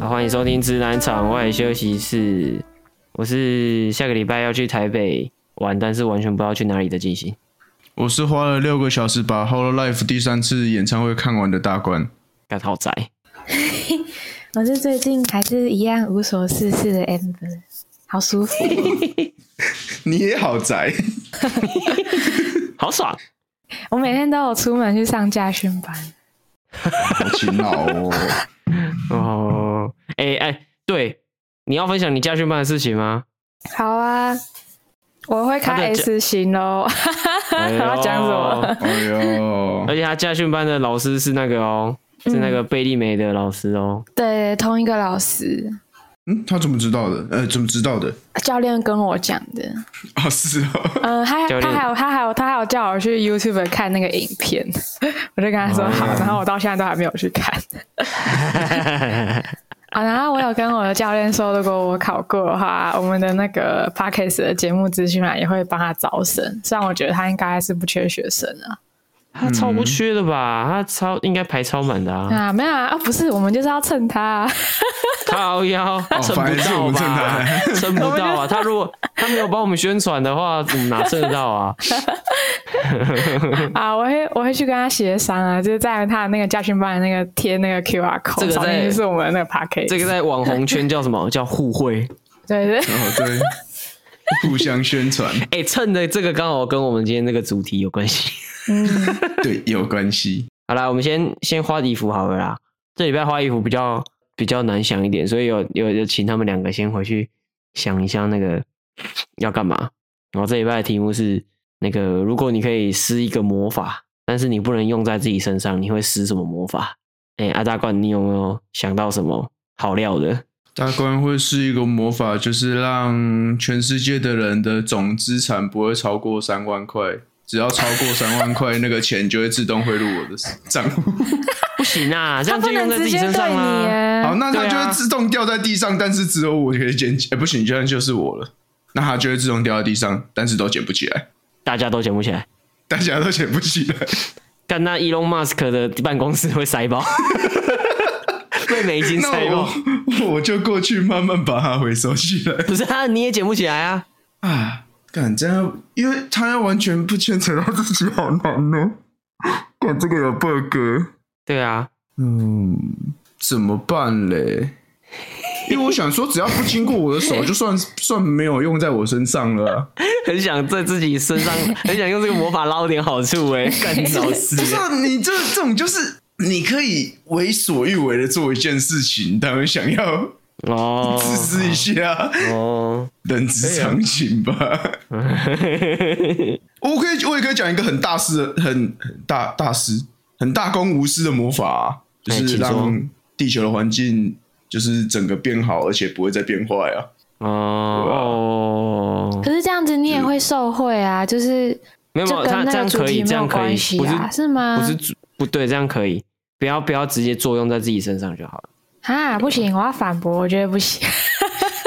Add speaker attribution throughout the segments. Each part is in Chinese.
Speaker 1: 啊欢迎收听《直男场外休息室》，我是下个礼拜要去台北玩，但是完全不知道去哪里的进行。
Speaker 2: 我是花了六个小时把《Hollow Life》第三次演唱会看完的大关。
Speaker 1: 干好宅，
Speaker 3: 我是最近还是一样无所事事的 Amber，好 舒服。
Speaker 2: 你也好宅，
Speaker 1: 好爽！
Speaker 3: 我每天都有出门去上家训班，
Speaker 2: 好勤劳哦。
Speaker 1: 哦，哎哎，对，你要分享你家训班的事情吗？
Speaker 3: 好啊，我会
Speaker 1: 他
Speaker 3: 开
Speaker 1: 的
Speaker 3: S 型哦。
Speaker 1: 哎 呦
Speaker 3: 要讲什么？
Speaker 2: 哎呦，
Speaker 1: 而且他家训班的老师是那个哦，是那个贝利梅的老师哦。
Speaker 3: 对，同一个老师
Speaker 2: 嗯，他怎么知道的？呃，怎么知道的？
Speaker 3: 教练跟我讲的。
Speaker 2: 啊，是 哦，
Speaker 3: 嗯，他
Speaker 1: 教
Speaker 3: 他
Speaker 1: 练
Speaker 3: 还有他还有他还有叫我去 YouTube 看那个影片， 我就跟他
Speaker 1: 哦
Speaker 3: 说好，然后我到现在都还没有去看。 啊，然后我有跟我的教练说，如果我考过的话，我们的那个 podcast 的节目资讯栏也会帮他招生。虽然我觉得他应该是不缺学生啊，
Speaker 1: 他超不缺的吧？他超应该排超满的啊！
Speaker 3: 啊，没有啊，啊不是，我们就是要蹭他、 啊，
Speaker 1: 靠腰，哦蹭
Speaker 2: 反而
Speaker 1: 不
Speaker 2: 是我
Speaker 1: 到
Speaker 2: 们蹭
Speaker 1: 吧
Speaker 2: 他？
Speaker 1: 蹭不到啊！他如果他没有帮我们宣传的话，怎么哪蹭得到啊？
Speaker 3: 啊，我会我会去跟他协商啊，就是在他的那个家训班的那个贴那个 QR
Speaker 1: 这
Speaker 3: code，
Speaker 1: 个
Speaker 3: 上面
Speaker 1: 在
Speaker 3: 就是我们的那个 podcast，
Speaker 1: 这个在网红圈叫什 么？叫互惠。
Speaker 3: 对对。
Speaker 2: 哦，对， 互相宣传，
Speaker 1: 哎、蹭的这个刚好跟我们今天这个主题有关系。
Speaker 3: 嗯
Speaker 2: 对，有关系。
Speaker 1: 好啦，我们先先花衣服好了啦。这礼拜花衣服比较比较难想一点，所以有有有请他们两个先回去想一下那个要干嘛。然后这礼拜的题目是那个，如果你可以施一个魔法，但是你不能用在自己身上，你会施什么魔法？哎、阿大冠，你有没有想到什么好料的？
Speaker 2: 大关会是一个魔法，就是让全世界的人的总资产不会超过三万块。只要超过三万块，那个钱就会自动汇入我的账户。
Speaker 1: 不行啊，这
Speaker 3: 他
Speaker 1: 样
Speaker 3: 不
Speaker 1: 就用
Speaker 3: 能
Speaker 1: 在自
Speaker 3: 直
Speaker 1: 己
Speaker 3: 接
Speaker 1: 身
Speaker 3: 对
Speaker 1: 上啊
Speaker 3: 你
Speaker 1: 啦。
Speaker 3: 耶，
Speaker 2: 好，那它
Speaker 1: 对
Speaker 2: 就
Speaker 1: 啊
Speaker 2: 会自动掉在地上，但是只有我可以捡起。哎、不行，这样就是我了。那它就会自动掉在地上，但是都捡不起来，
Speaker 1: 大家都捡不起来。
Speaker 2: 大家都捡不 起来。
Speaker 1: 干那 Elon Musk 的办公室会 塞爆，被美金塞
Speaker 2: 那
Speaker 1: 爆
Speaker 2: 我。 我就过去慢慢把它回收起来
Speaker 1: 不是啊，你也捡不起来啊。
Speaker 2: 啊！干这样，因为它要完全不牵扯到自己，好难哦。 干这个有 bug，
Speaker 1: 对啊，
Speaker 2: 嗯，怎么办嘞？因为我想说，只要不经过我的手，就算算没有用在我身上了啊、
Speaker 1: 很想在自己 身上，很想用这个魔法捞点好处哎、干你老师
Speaker 2: 不是、啊、你这这种就是你可以为所欲为的做一件事情，他们想要
Speaker 1: 哦
Speaker 2: 自私一下，
Speaker 1: 哦，
Speaker 2: 人之常情吧。我可以，我也可以讲一个很大师的、很很大大师、很大公无私的魔法啊、就
Speaker 1: 哎
Speaker 2: 是
Speaker 1: 请说
Speaker 2: 让地球的环境就是整个变好，而且不会再变坏啊。
Speaker 1: 哦哦，
Speaker 3: 可是这样子你也会受贿啊，就是
Speaker 1: 没有没
Speaker 3: 就
Speaker 1: 有，
Speaker 3: 跟
Speaker 1: 他
Speaker 3: 那
Speaker 1: 这样
Speaker 3: 个主
Speaker 1: 可以，
Speaker 3: 题
Speaker 1: 这
Speaker 3: 没有
Speaker 1: 样可以，
Speaker 3: 关系
Speaker 1: 不是
Speaker 3: 啊，是吗？
Speaker 1: 不是主不对，这样可以，不要不要直接作用在自己身上就好了。
Speaker 3: 啊，不行，我要反驳，我觉得不行，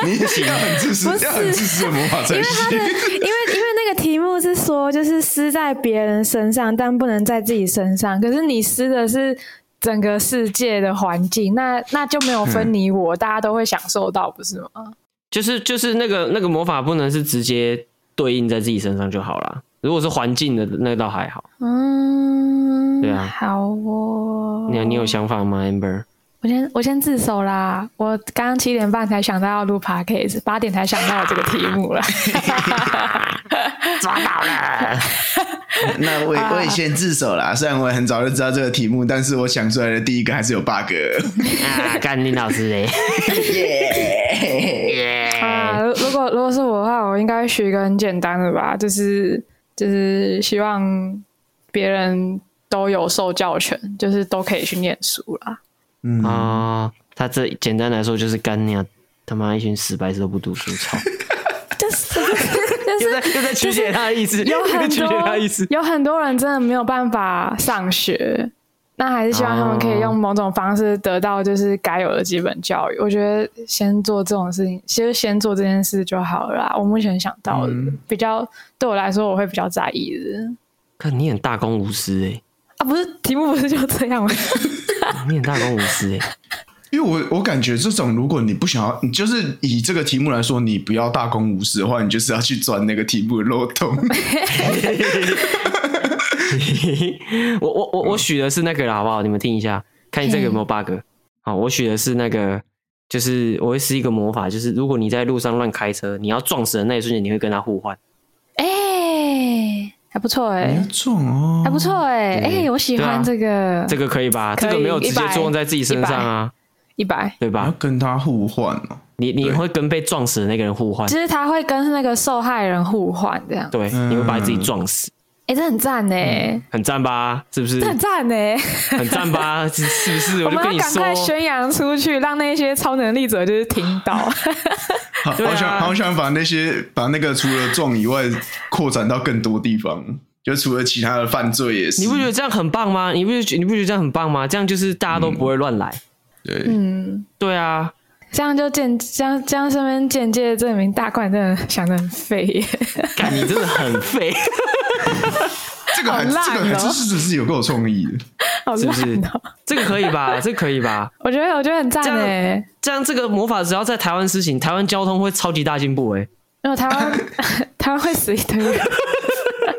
Speaker 2: 你要很自私
Speaker 3: 不，是
Speaker 2: 要很自私的魔法才行。
Speaker 3: 因为因为那个题目是说，就是施在别人身上，但不能在自己身上。可是你施的是整个世界的环境，那那就没有分你我，
Speaker 1: 嗯
Speaker 3: 大家都会享受到，不是吗？
Speaker 1: 就是就是那个那个魔法不能是直接对应在自己身上就好啦。如果是环境的那倒还好。
Speaker 3: 嗯，
Speaker 1: 对啊
Speaker 3: 好哦。
Speaker 1: 你你有想法吗，Amber？
Speaker 3: 我先我先自首啦！我刚刚七点半才想到要录 podcast，八点才想到有这个题目了。
Speaker 1: 抓到了。
Speaker 2: 那我也
Speaker 1: 啊
Speaker 2: 我也先自首啦，虽然我很早就知道这个题目，但是我想出来的第一个还是有 bug。
Speaker 1: 啊，干林老师嘞！ 耶
Speaker 3: 啊，如如果如果是我的话，我应该会许一个很简单的吧，就是就是希望别人都有受教权，就是都可以去念书啦。
Speaker 1: 啊！他这简单来说就是干你啊！他妈一群死白痴都不读书，操！
Speaker 3: 就是就
Speaker 1: 又
Speaker 3: 是
Speaker 1: 在又在曲解他的意 思，
Speaker 3: 有
Speaker 1: 又在
Speaker 3: 很
Speaker 1: 曲解他
Speaker 3: 多
Speaker 1: 的意思。
Speaker 3: 有很多人真的没有办法上学，那还是希望他们可以用某种方式得到就是该有的基本教育。我觉得先做这种事情，其实先做这件事就好了啦。我目前想到的、
Speaker 1: 嗯
Speaker 3: 比较对我来说，我会比较在意的
Speaker 1: 看你很大公无私哎、
Speaker 3: 啊，不是题目不是就这样吗？
Speaker 1: 你很大公无私哎、
Speaker 2: 因为我我感觉这种，如果你不想要，你就是以这个题目来说，你不要大公无私的话，你就是要去钻那个题目的漏洞。
Speaker 1: 我我我我许的是那个啦，好不好？你们听一下，看这个有没有 bug。好，我许的是那个，就是我会施一个魔法，就是如果你在路上乱开车，你要撞死人那一瞬间，你会跟他互换。
Speaker 3: 哎、还不错哎、
Speaker 2: 你要撞哦，
Speaker 3: 还不错哎、哎、
Speaker 1: 对
Speaker 3: 我喜
Speaker 1: 对啊
Speaker 3: 欢这个、
Speaker 1: 这个可以吧？
Speaker 3: 可以
Speaker 1: 这个没有直接
Speaker 3: 100
Speaker 1: 作用在自己身上啊，
Speaker 3: 一百，
Speaker 1: 对
Speaker 2: 你要
Speaker 1: 吧？
Speaker 2: 跟他互换哦。
Speaker 1: 你你
Speaker 2: 对
Speaker 1: 会跟被撞死的那个人互换，
Speaker 3: 就是他会跟那个受害人互换这样，
Speaker 1: 对，嗯
Speaker 2: 嗯
Speaker 1: 你会把自己撞死，
Speaker 3: 哎、这很赞哎、
Speaker 1: 很赞吧？是不是
Speaker 3: 这？很赞哎、
Speaker 1: 很赞吧？是是不 是？
Speaker 3: 我
Speaker 1: 我就
Speaker 3: 们
Speaker 1: 跟
Speaker 3: 要
Speaker 1: 你
Speaker 3: 赶
Speaker 1: 说，
Speaker 3: 快宣扬出去，让那些超能力者就是听到。
Speaker 2: 好
Speaker 1: 对啊
Speaker 2: 好想好想把那些把那个除了撞以外，扩展到更多地方，就除了其他的犯罪也是。
Speaker 1: 你不觉得这样很棒吗？你不觉你不觉得这样很棒吗？这样就是大家都不会乱来。
Speaker 2: 对，
Speaker 3: 嗯，
Speaker 1: 对啊，
Speaker 3: 这样就间这样这样身份间接证明大冠真的想的很废 耶。
Speaker 1: 干你真的很 废，
Speaker 2: 这个还
Speaker 3: 好
Speaker 2: 这
Speaker 3: 烂哦
Speaker 2: 个还真是真是有够有创意的。
Speaker 3: 好
Speaker 1: 是不
Speaker 3: 烂
Speaker 1: 是
Speaker 3: 哦、？
Speaker 1: 这个可以吧？这个可以吧？
Speaker 3: 我觉得我觉得很赞
Speaker 1: 这样
Speaker 3: 哎、
Speaker 1: 这样这个魔法只要在台湾施行，台湾交通会超级大进步哎、
Speaker 3: 因为台 湾台湾会死一堆人，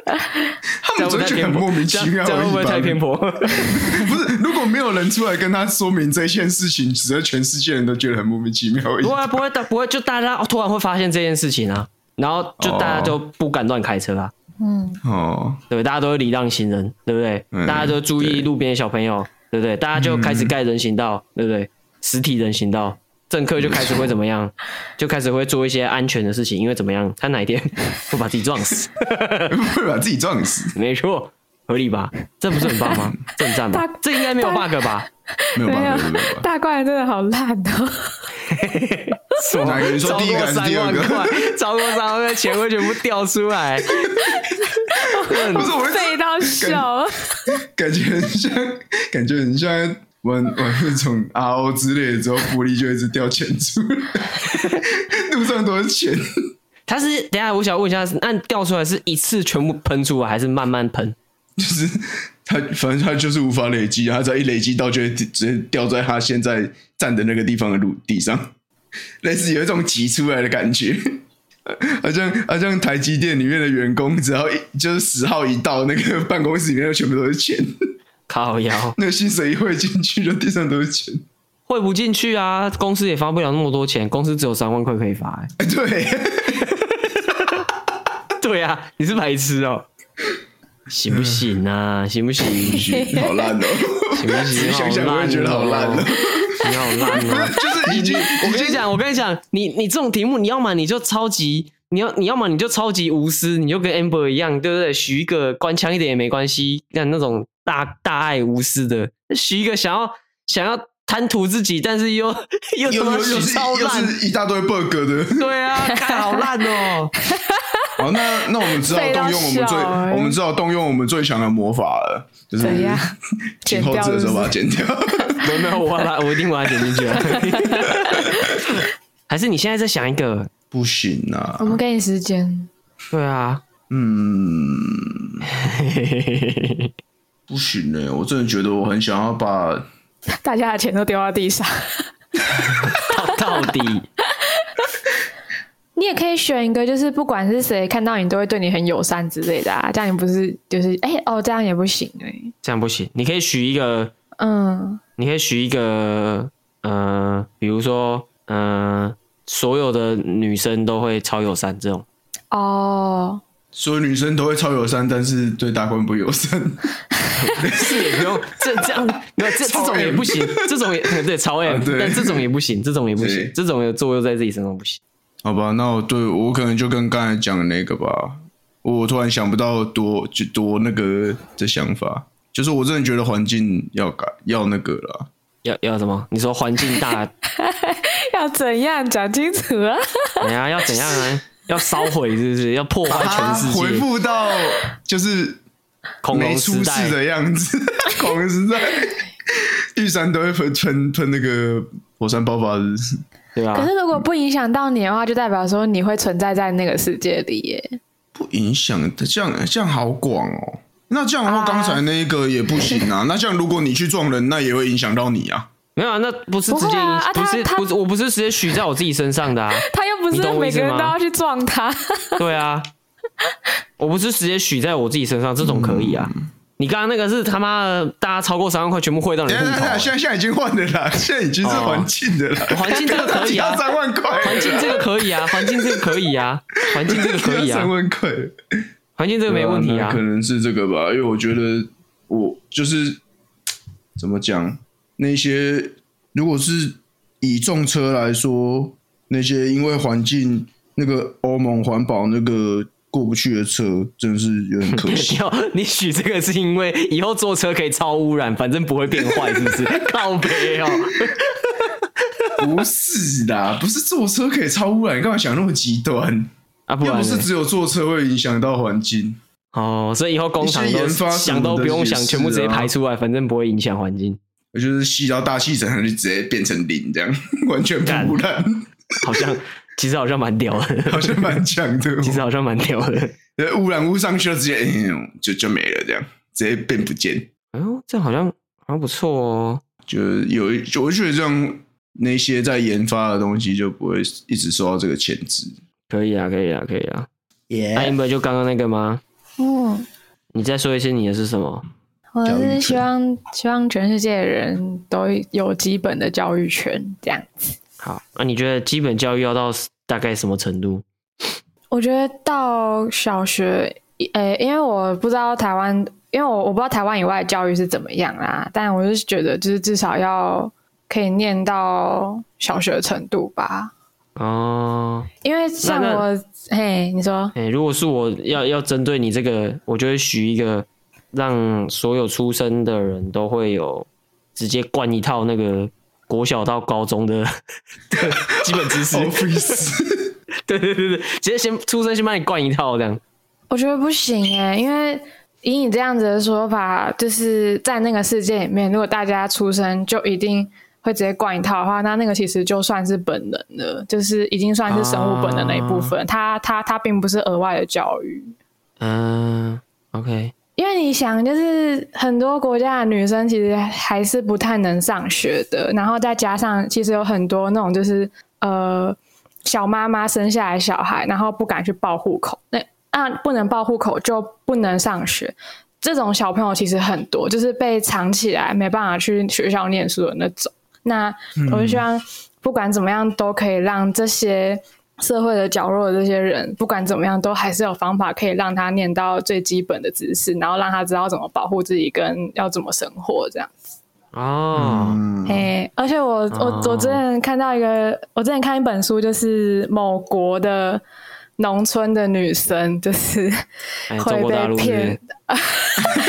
Speaker 2: 他
Speaker 1: 这
Speaker 2: 们
Speaker 1: 样会太
Speaker 2: 只会觉得
Speaker 1: 偏
Speaker 2: 很
Speaker 1: 颇
Speaker 2: 莫名其妙而已吧，
Speaker 1: 这样这样会不会太偏颇？
Speaker 2: 不是，如果没有人出来跟他说明这件事情，只是全世界人都觉得很莫名其妙而已
Speaker 1: 不。会不会不会，就大家突然会发现这件事情啊，然后就大家就不敢乱开车啊，
Speaker 2: 哦，
Speaker 1: 对，大家都会礼让行人，对不对？
Speaker 2: 嗯
Speaker 1: 大家都注意路边的小朋友，对不对？大家就开始盖人行道，对不对？实体人行道，政客就开始会怎么
Speaker 2: 嗯
Speaker 1: 样？就开始会做一些安全的事情，因为怎么样？他哪一天 会把自己撞死？
Speaker 2: 会把自己撞死，
Speaker 1: 没错，合理吧？这不是很棒吗？这很赞吧
Speaker 3: 大？
Speaker 1: 这应该没有
Speaker 3: 大
Speaker 1: bug 吧？
Speaker 2: 没有吧？
Speaker 3: 没有
Speaker 2: 没有吧？
Speaker 3: 大冠真的好烂哦、
Speaker 1: 什
Speaker 2: 哪个你说
Speaker 1: 超
Speaker 2: 第一个
Speaker 1: 过
Speaker 2: 还是
Speaker 1: 三
Speaker 2: 第二
Speaker 1: 万
Speaker 2: 个
Speaker 1: 块，超过三万块钱会全部掉出来。真的
Speaker 2: 不
Speaker 1: 很
Speaker 2: 是，我
Speaker 3: 废到笑。
Speaker 2: 感觉很像，感觉很像 玩玩那种 RO 之类的之后，玻璃就一直掉钱出来，路上都是钱。
Speaker 1: 它是等一下我想问一下，那掉出来是一次全部喷出来，还是慢慢喷？
Speaker 2: 就是他，反正他就是无法累积，啊他只要一累积到，就会直直接掉在他现在站的那个地方的陆地上， 类似有一种挤出来的感觉。 好像好像台积电里面的员工，只要一就是十号一到那个办公室里面，就全部都是钱，
Speaker 1: 靠腰
Speaker 2: 那个薪水一汇进去，就地上都是钱。
Speaker 1: 汇不进去啊，公司也发不了那么多钱，公司只有三万块可以发、欸。
Speaker 2: 哎，对，
Speaker 1: 对啊，你是白痴哦、行不行啊？行不行？行
Speaker 2: 好烂哦、
Speaker 1: 不
Speaker 2: 自己
Speaker 1: 行？
Speaker 2: 想想我也觉得好烂
Speaker 1: 哦
Speaker 2: 哦、
Speaker 1: 你好烂 哦、
Speaker 2: 就是已经，
Speaker 1: 我跟你讲，我跟你讲，你你这种题目，你要么你就超级，你要你要么你就超级无私，你就跟 Amber 一样，对不对？许一个官腔一点也没关系，像那种大大爱无私的，许一个想要想要贪图自己，但是又又
Speaker 2: 又
Speaker 1: 他妈
Speaker 2: 又
Speaker 1: 许
Speaker 2: 是
Speaker 1: 超
Speaker 2: 又
Speaker 1: 烂，
Speaker 2: 是一大堆 bug 的。
Speaker 1: 对啊，看好烂哦、
Speaker 2: 好，那那我们 只好
Speaker 3: 废到
Speaker 2: 动用我们最，
Speaker 3: 笑欸
Speaker 2: 我们只好动用我们最强的魔法了，就是
Speaker 3: 怎样
Speaker 2: 请
Speaker 3: 剪
Speaker 2: 后
Speaker 3: 掉
Speaker 2: 置的时候
Speaker 3: 是不
Speaker 2: 把它剪掉。
Speaker 1: 没有没有，我把它我一定把它剪进去 啊。还是你现在在想一个？
Speaker 2: 不行啊
Speaker 3: 我，们给你时间，
Speaker 1: 对 啊，
Speaker 2: 嗯，
Speaker 1: 嘿嘿嘿嘿嘿嘿
Speaker 2: 不行呢、我真的觉得我很想要把，
Speaker 3: 大家的钱都丢到地上。
Speaker 1: 到到底
Speaker 3: 你也可以选一个，就是不管是谁看到你，都会对你很友善之类的啊。这样你不是就是哎、哦，这样也不行哎、
Speaker 1: 这样不行，你可以许一个
Speaker 3: 嗯，
Speaker 1: 你可以许一个，呃，比如说，呃，所有的女生都会超友善这种，
Speaker 3: 哦，
Speaker 2: 所有女生都会超友善，但是对大官不友善。
Speaker 1: 是也不用这这样，没有这这
Speaker 2: 超
Speaker 1: 种也
Speaker 2: M
Speaker 1: 不行，这种 也对超 M，、
Speaker 2: 啊对
Speaker 1: 但这种也不行，这种也不行
Speaker 2: 对，
Speaker 1: 这种的作用在自己身上不行。
Speaker 2: 好吧，那我对我可能就跟刚才讲的那个吧，我突然想不到多就多那个的想法，就是我真的觉得环境要改，要那个啦。
Speaker 1: 要要什么？你说环境大，
Speaker 3: 要怎样讲清楚啊？
Speaker 1: 等下哎要怎样呢？要烧毁是不是？要破坏全世
Speaker 2: 回
Speaker 1: 界？
Speaker 2: 复到就是
Speaker 1: 恐
Speaker 2: 没
Speaker 1: 龙
Speaker 2: 出
Speaker 1: 时代
Speaker 2: 事的样子， 恐龙时代，玉山都会喷喷喷那个火山爆发的
Speaker 1: 对吧
Speaker 3: 可？是如果不影响到你的话，就代表说你会存在在那个世界里耶。
Speaker 2: 不影响的，这样这样好广哦。那这样的话，
Speaker 3: 啊
Speaker 2: 刚才那一个也不行啊。那这样，如果你去撞人，那也会影响到你啊。
Speaker 1: 没有啊，那不是直接
Speaker 3: 不会
Speaker 1: 影，
Speaker 3: 啊啊
Speaker 1: 不
Speaker 3: 他
Speaker 1: 是
Speaker 3: 他
Speaker 1: 不是，我不是直接许在我自己身上的 啊，
Speaker 3: 他又不
Speaker 1: 你
Speaker 3: 是
Speaker 1: 懂我意
Speaker 3: 每
Speaker 1: 思
Speaker 3: 个人都
Speaker 1: 吗
Speaker 3: 要去撞 他，
Speaker 1: 对啊，我不是直接许在我自己身上，这种可以啊。
Speaker 2: 嗯
Speaker 1: 你刚刚那个是他妈的，大家超过三万块全部汇到你
Speaker 2: 等
Speaker 1: 户
Speaker 2: 一下等一
Speaker 1: 头
Speaker 2: 下，
Speaker 1: 啊，
Speaker 2: 现在现在已经换了啦，现在已经是环境的啦，
Speaker 1: 环境这个哦可以啊
Speaker 2: 要三万块了啦，
Speaker 1: 环境这个可以啊，环境这个可以啊，环境这个可以
Speaker 2: 要三
Speaker 1: 啊，
Speaker 2: 万块了，
Speaker 1: 环境这个没问题
Speaker 2: 对
Speaker 1: 啊
Speaker 2: 那可。能是这个吧，因为我觉得我就是怎么讲，那些如果是以重车来说，那些因为环境那个欧盟环保那个过不去的车，真的是有点可惜。
Speaker 1: 要你许这个是因为以后坐车可以超污染，反正不会变坏，是不 是？靠北哦，
Speaker 2: 不是啦，不是坐车可以超污染，你干嘛想那么极端？
Speaker 1: 啊不
Speaker 2: 又
Speaker 1: 然
Speaker 2: 不
Speaker 1: 呢
Speaker 2: 是只有坐车会影响到环境。
Speaker 1: 哦，所以以后工厂
Speaker 2: 一些
Speaker 1: 都
Speaker 2: 研发什么
Speaker 1: 想
Speaker 2: 的
Speaker 1: 都不用想，
Speaker 2: 也是啊
Speaker 1: 全部直接排出来，反正不会影响环境，
Speaker 2: 我就是吸到大气层，它就直接变成零，这样 完全不污染，
Speaker 1: 好像 其实好像蛮屌 的，
Speaker 2: 好像蛮强的哦。
Speaker 1: 其实好像蛮屌的。
Speaker 2: 呃，污染物上去了，直接、嗯就就没了，这样直接变不见。
Speaker 1: 哎呦，这好像好像不错哦。
Speaker 2: 就有一，就我觉得这样，那些在研发的东西就不会一直受到这个牵制。
Speaker 1: 可以啊，可以啊，可以啊。
Speaker 2: 耶
Speaker 1: 那原本就刚刚那个吗？
Speaker 3: 嗯。
Speaker 1: 你再说一些你的是什么？
Speaker 3: 我
Speaker 2: 教育权
Speaker 3: 是希望希望全世界的人都有基本的教育权，这样。
Speaker 1: 好，那、你觉得基本教育要到大概什么程度？
Speaker 3: 我觉得到小学，呃、因为我不知道台湾，因为我我不知道台湾以外的教育是怎么样啦，但我是觉得就是至少要可以念到小学的程度吧。
Speaker 1: 哦，
Speaker 3: 因为像
Speaker 1: 那那
Speaker 3: 我，嘿，你说，
Speaker 1: 哎、如果是我要要针对你这个，我就会许一个让所有出生的人都会有直接灌一套那个国小到高中的 的基本知识。
Speaker 2: Office
Speaker 1: 对对对对，直接先出生先把你灌一套这样。
Speaker 3: 我觉得不行哎、因为以你这样子的说法，就是在那个世界里面，如果大家出生就一定会直接灌一套的话，那那个其实就算是本能了，就是已经算是生物本能的一部分。它它它并不是额外的教育，
Speaker 1: 嗯、o k
Speaker 3: 因为你想，就是很多国家的女生其实还是不太能上学的，然后再加上其实有很多那种就是呃小妈妈生下来小孩，然后不敢去报户口，那那不能报户口就不能上学。这种小朋友其实很多，就是被藏起来没办法去学校念书的那种。那我就希望不管怎么样都可以让这些社会的角落的这些人，不管怎么样都还是有方法可以让他念到最基本的知识，然后让他知道怎么保护自己跟要怎么生活这样。
Speaker 1: 哦，
Speaker 2: 嗯，
Speaker 3: 哎、而且我我我之前看到一个，我之前看一本书，就是某国的农村的女生，就是
Speaker 1: 哎、中
Speaker 3: 会
Speaker 1: 国大
Speaker 3: 被
Speaker 1: 陆是不
Speaker 3: 骗
Speaker 1: 是，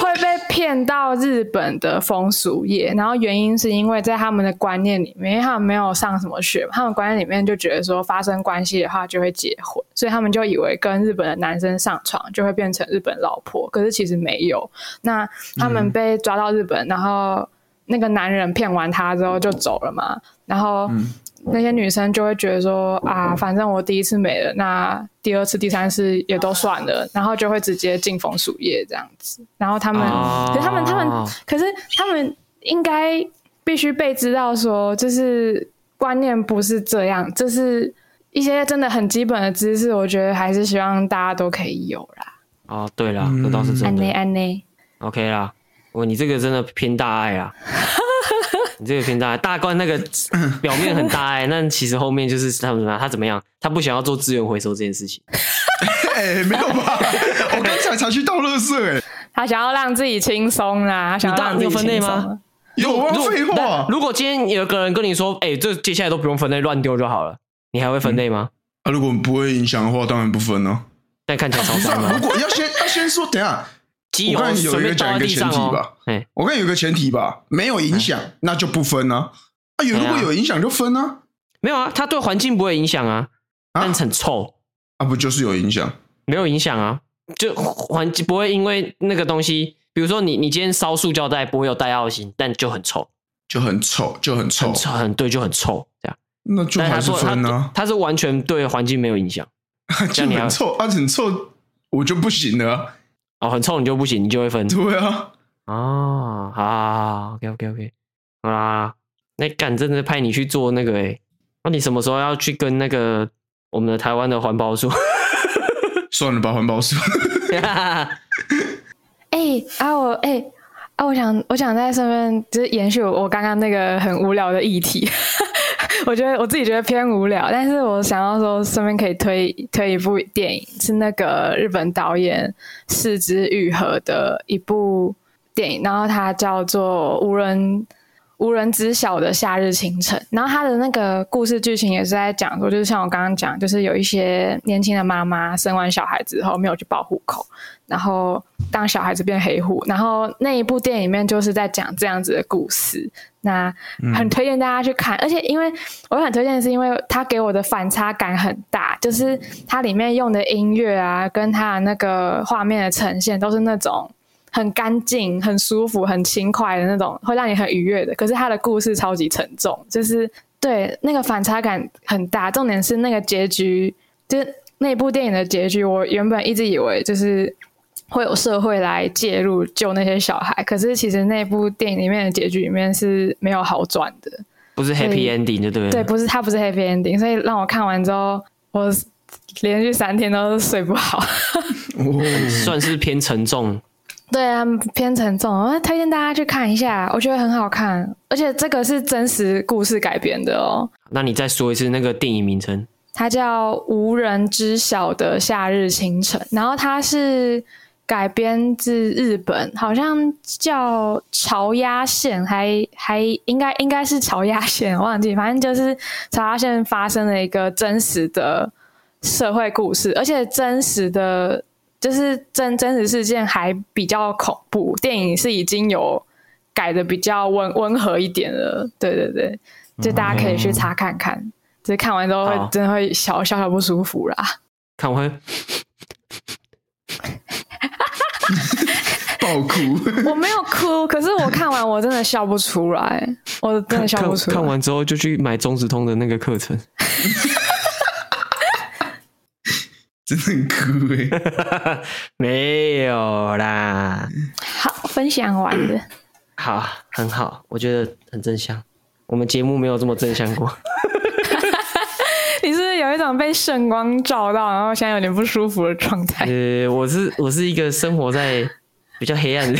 Speaker 3: 会被骗到日本的风俗业，然后原因是因为在他们的观念里面，因为他们没有上什么学，他们观念里面就觉得说发生关系的话就会结婚，所以他们就以为跟日本的男生上床就会变成日本老婆，可是其实没有。那他
Speaker 1: 嗯
Speaker 3: 们被抓到日本，然后那个男人骗完她之后就走了嘛，然后
Speaker 1: 嗯
Speaker 3: 那些女生就会觉得说啊，反正我第一次没了，那第二次、第三次也都算了，然后就会直接进风俗业这样子。然后他们，
Speaker 1: 哦
Speaker 3: 可是他们，他们，可是他们应该必须被知道说，就是观念不是这样，这是一些真的很基本的知识，我觉得还是希望大家都可以有啦。
Speaker 1: 哦，对啦，这倒
Speaker 2: 嗯
Speaker 1: 是真
Speaker 3: 安
Speaker 1: 的
Speaker 3: 内。安内，
Speaker 1: OK 啦，我你这个真的偏大爱啦，你这个偏大爱，大冠那 个表面很大爱，但其实后面就是他们怎么样，他怎么样，他不想要做资源回收这件事情。
Speaker 2: 哎、没有 吧？我刚才才去倒垃圾、哎，
Speaker 3: 他想要让自己轻松啦，他想要让
Speaker 1: 你
Speaker 3: 自
Speaker 1: 有
Speaker 3: 己
Speaker 1: 分类
Speaker 3: 轻
Speaker 1: 吗
Speaker 3: 松。
Speaker 2: 有啊，废话
Speaker 1: 但，如果今天有个人跟你说，哎、这接下来都不用分类，乱丢就好了，你还会分类吗？
Speaker 2: 啊，如果不会影响的话，当然不分哦、
Speaker 1: 但看起来超
Speaker 2: 不是
Speaker 1: 脏
Speaker 2: 啊，如
Speaker 1: 吗？
Speaker 2: 果要先要先说，等一下，
Speaker 1: 机油
Speaker 2: 我看有一个
Speaker 1: 随便
Speaker 2: 讲一
Speaker 1: 倒在
Speaker 2: 个
Speaker 1: 地上
Speaker 2: 前提
Speaker 1: 哦
Speaker 2: 吧。
Speaker 1: 哎、
Speaker 2: 我看有个前提吧，没有影响，那就不分啊。啊，有
Speaker 1: 对啊
Speaker 2: 如果有影响就分啊，
Speaker 1: 没有啊，它对环境不会影响啊，
Speaker 2: 啊
Speaker 1: 但很臭，
Speaker 2: 啊不就是有影响？
Speaker 1: 没有影响啊，就环境不会因为那个东西，比如说你你今天烧塑胶袋不会有带药性，但就很臭。
Speaker 2: 就很丑，就很臭
Speaker 1: 很，臭，很对，就很臭这样。
Speaker 2: 那就
Speaker 1: 但
Speaker 2: 还
Speaker 1: 他
Speaker 2: 是
Speaker 1: 说
Speaker 2: 分
Speaker 1: 他
Speaker 2: 啊，
Speaker 1: 他是完全对环境没有影响
Speaker 2: 就很臭啊，很臭，我就不行了啊，
Speaker 1: 哦，很臭你就不行，你就会分
Speaker 2: 对啊，
Speaker 1: 哦。好好好，OK OK OK，好啦，那敢真的派你去做那个哎、那你什么时候要去跟那个我们的台湾的环保署？
Speaker 2: 算了吧，环保署。
Speaker 3: 哎、啊我哎、啊我想我想在上面就是延续我我刚刚那个很无聊的议题， 我觉得我自己觉得偏无聊，但是我想要说顺便可以推推一部电影，是那个日本导演四之愈合的一部电影，然后它叫做无人。无人知晓的夏日清晨，然后它的那个故事剧情也是在讲说，就是像我刚刚讲，就是有一些年轻的妈妈生完小孩之后没有去报户口，然后当小孩子变黑户，然后那一部电影里面就是在讲这样子的故事，那很推荐大家去看，而且因为我很推荐，是因为它给我的反差感很大，就是它里面用的音乐啊，跟它的那个画面的呈现都是那种。很干净、很舒服、很轻快的那种，会让你很愉悦的。可是它的故事超级沉重，就是对那个反差感很大。重点是那个结局，就是那部电影的结局，我原本一直以为就是会有社会来介入救那些小孩，可是其实那部电影里面的结局里面是没有好转的。
Speaker 1: 不是 happy ending 就对了。
Speaker 3: 对，不是它不是 happy ending，所以让我看完之后，我连续三天都睡不好。
Speaker 2: 哦，
Speaker 1: 算是偏沉重。
Speaker 3: 对啊，偏沉重，我推荐大家去看一下，我觉得很好看，而且这个是真实故事改编的哦。
Speaker 1: 那你再说一次那个电影名称，
Speaker 3: 它叫《无人知晓的夏日清晨》，然后它是改编自日本，好像叫朝鸭县，还还应该应该是朝鸭县，我忘记，反正就是朝鸭县发生了一个真实的社会故事，而且真实的就是真真实事件还比较恐怖，电影是已经有改的比较温温和一点了，对对对，就大家可以去查看看。就是看完之后
Speaker 1: 好
Speaker 3: 会真的会小小小不舒服啦。
Speaker 1: 看我会
Speaker 2: 爆哭，
Speaker 3: 我没有哭， 可是我看完我真的笑不出来，我真的笑
Speaker 1: 看
Speaker 3: 不出来。
Speaker 1: 看完之后就去买中子通的那个课程。
Speaker 2: 真的很哭哎、
Speaker 1: 没有啦，
Speaker 3: 好，分享完了。
Speaker 1: 好，很好，我觉得很正向。我们节目没有这么正向 过。
Speaker 3: 你是不是有一种被圣光照到，然后现在有点不舒服的 状态？
Speaker 1: 呃，我是我是一个生活在比较黑暗的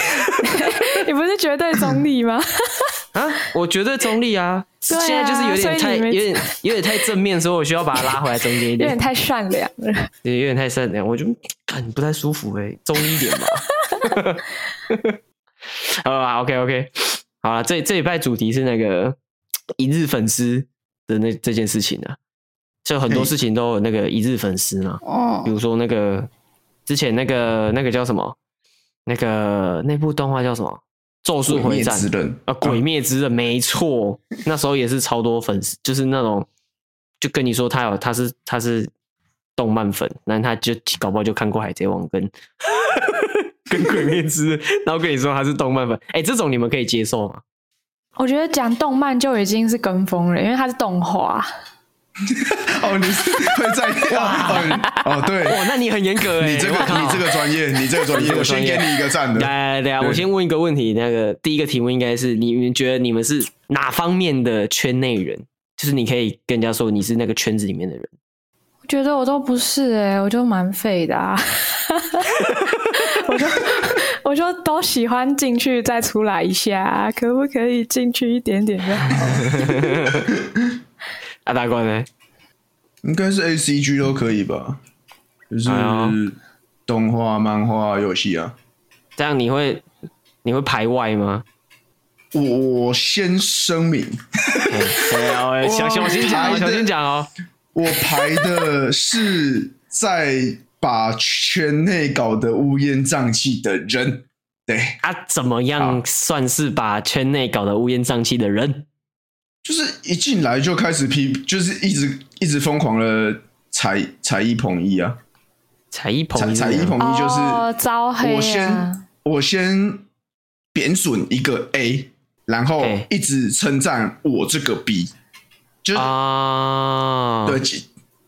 Speaker 3: 你不是绝对中立吗？
Speaker 1: 啊，我绝对中立啊。
Speaker 3: 对啊
Speaker 1: 现在就是有点
Speaker 3: 所
Speaker 1: 太
Speaker 3: 以
Speaker 1: 有
Speaker 3: 你没
Speaker 1: 点有点太正面，所以我需要把它拉回来中间一
Speaker 3: 有
Speaker 1: 点
Speaker 3: 点，太善良了。
Speaker 1: 对有点太善良，我就感不太舒服哎、中立一点吧。 好啦 o k OK，好了，这这礼拜主题是那个一日粉丝的那这件事情啊，就很多
Speaker 2: 嘿
Speaker 1: 事情都有那个一日粉丝嘛。
Speaker 3: 哦
Speaker 1: 比，如说那个之前那个那个叫什么，那个那部动画叫什么《咒术
Speaker 2: 鬼
Speaker 1: 回
Speaker 2: 灭
Speaker 1: 战
Speaker 2: 之》刃
Speaker 1: 啊，《鬼灭之刃》没错，那时候也是超多粉丝，就是那种就跟你说他有他是他是动漫粉，那他就搞不好就看过《海贼王》 跟跟《鬼灭之刃》，然后跟你说他是动漫粉，哎、这种你们可以接受吗？
Speaker 3: 我觉得讲动漫就已经是跟风了，因为它是动画。
Speaker 2: 哦，你 是会在哦哦哦对，
Speaker 1: 哦，那你很严 格哎、
Speaker 2: 你这个
Speaker 1: 我靠
Speaker 2: 你这个专业，你这个专
Speaker 1: 你这
Speaker 2: 业，
Speaker 1: 个
Speaker 2: 我先
Speaker 1: 专业
Speaker 2: 给你一个赞的。
Speaker 1: 来来来，我先问一个问题，那个第一个题目应该是你们觉得你们是哪方面的圈内人？就是你可以跟人家说你是那个圈子里面的人，
Speaker 3: 我觉得我都不是哎、我就蛮废的啊。 我就我就都喜欢进去再出来一下，啊可不可以进去一点点就好？
Speaker 1: 啊，大官呢？
Speaker 2: 应该是 A C G 都可以吧，就是
Speaker 1: 哎呦
Speaker 2: 动画、漫画、游戏啊。
Speaker 1: 这样你会你会排外吗？
Speaker 2: 我我先声明，
Speaker 1: 哎对啊， 哎小小心讲哦，小心讲哦。
Speaker 2: 我排的是在把圈内搞得乌烟瘴气的人。对，
Speaker 1: 啊，怎么样算是把圈内搞得乌烟瘴气的人？
Speaker 2: 就是一进来就开始批，就是一直一直疯狂的踩踩一捧一啊，
Speaker 1: 才艺捧
Speaker 2: 踩
Speaker 1: 一是
Speaker 2: 踩一
Speaker 1: 怎样
Speaker 2: 捧一就是、
Speaker 3: 哦、招黑、啊。
Speaker 2: 我先我先贬损一个 A，然后
Speaker 1: 嘿
Speaker 2: 一直称赞我这个 B，就是、
Speaker 1: 啊，
Speaker 2: 对，就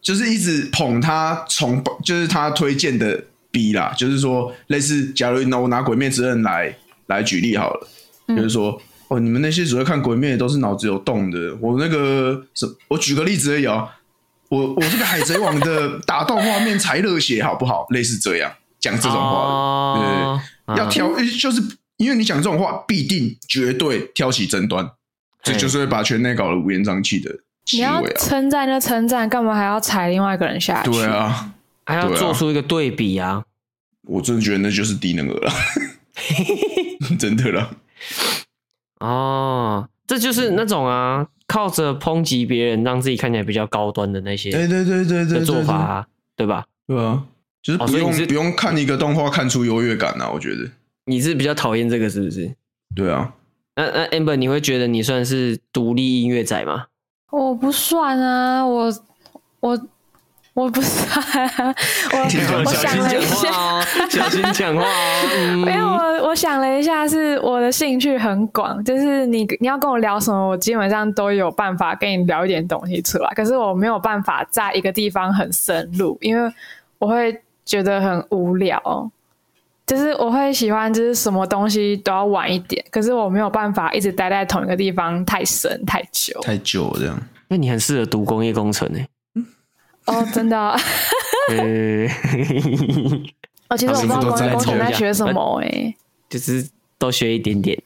Speaker 2: 就是一直捧他崇，就是他推荐的 B 啦，就是说类似，假如那我拿《鬼灭之刃来》来举例好了，就是说哦，你们那些只会看鬼灭都是脑子有洞的。我那个什，我举个例子而已哦。我我这个海贼王的打斗画面才热血，好不好？类似这样讲这种话的，对
Speaker 1: 哦啊
Speaker 2: 要挑，就是因为你讲这种话，必定绝对挑起争端，这
Speaker 1: 嘿
Speaker 2: 就是会把圈内搞得乌烟瘴气的
Speaker 3: 你
Speaker 2: 结
Speaker 3: 要
Speaker 2: 尾啊。
Speaker 3: 称赞就称赞，干嘛还要踩另外一个人下去？
Speaker 2: 对啊，
Speaker 1: 哎还要
Speaker 2: 对啊
Speaker 1: 做出一个对比啊。
Speaker 2: 我真的觉得那就是低能儿了， 真的了。
Speaker 1: 哦，这就是那种啊，靠着抨击别人让自己看起来比较高端的那
Speaker 2: 对
Speaker 1: 些
Speaker 2: 对对对对
Speaker 1: 的
Speaker 2: 对，
Speaker 1: 做
Speaker 2: 对
Speaker 1: 法啊，对吧？
Speaker 2: 对啊，就是
Speaker 1: 哦
Speaker 2: 不
Speaker 1: 所以
Speaker 2: 用
Speaker 1: 你是
Speaker 2: 不用看一个动画看出优越感啊，我觉得。
Speaker 1: 你是比较讨厌这个是不是？
Speaker 2: 对啊，
Speaker 1: 那那 Amber，你会觉得你算是独立音乐仔吗？
Speaker 3: 我不算啊，我我我不算、啊， 我
Speaker 2: 听起来
Speaker 3: 我
Speaker 2: 小
Speaker 3: 想
Speaker 2: 心
Speaker 3: 了一
Speaker 2: 讲
Speaker 3: 下。
Speaker 1: 哦，小心讲话哦。 嗯
Speaker 3: 因为我我想了一下，是我的兴趣很广，就是你你要跟我聊什么，我基本上都有办法跟你聊一点东西出来。可是我没有办法在一个地方很深入，因为我会觉得很无聊。就是我会喜欢，就是什么东西都要玩一点，可是我没有办法一直待在同一个地方太深太久。
Speaker 2: 太久了这样。
Speaker 1: 那你很适合读工业工 程诶、
Speaker 3: 哦，真 的、啊，
Speaker 1: 欸，呃，
Speaker 3: 哦，其实我不知道工业工程在学什么哎、
Speaker 1: 就是都学一点点，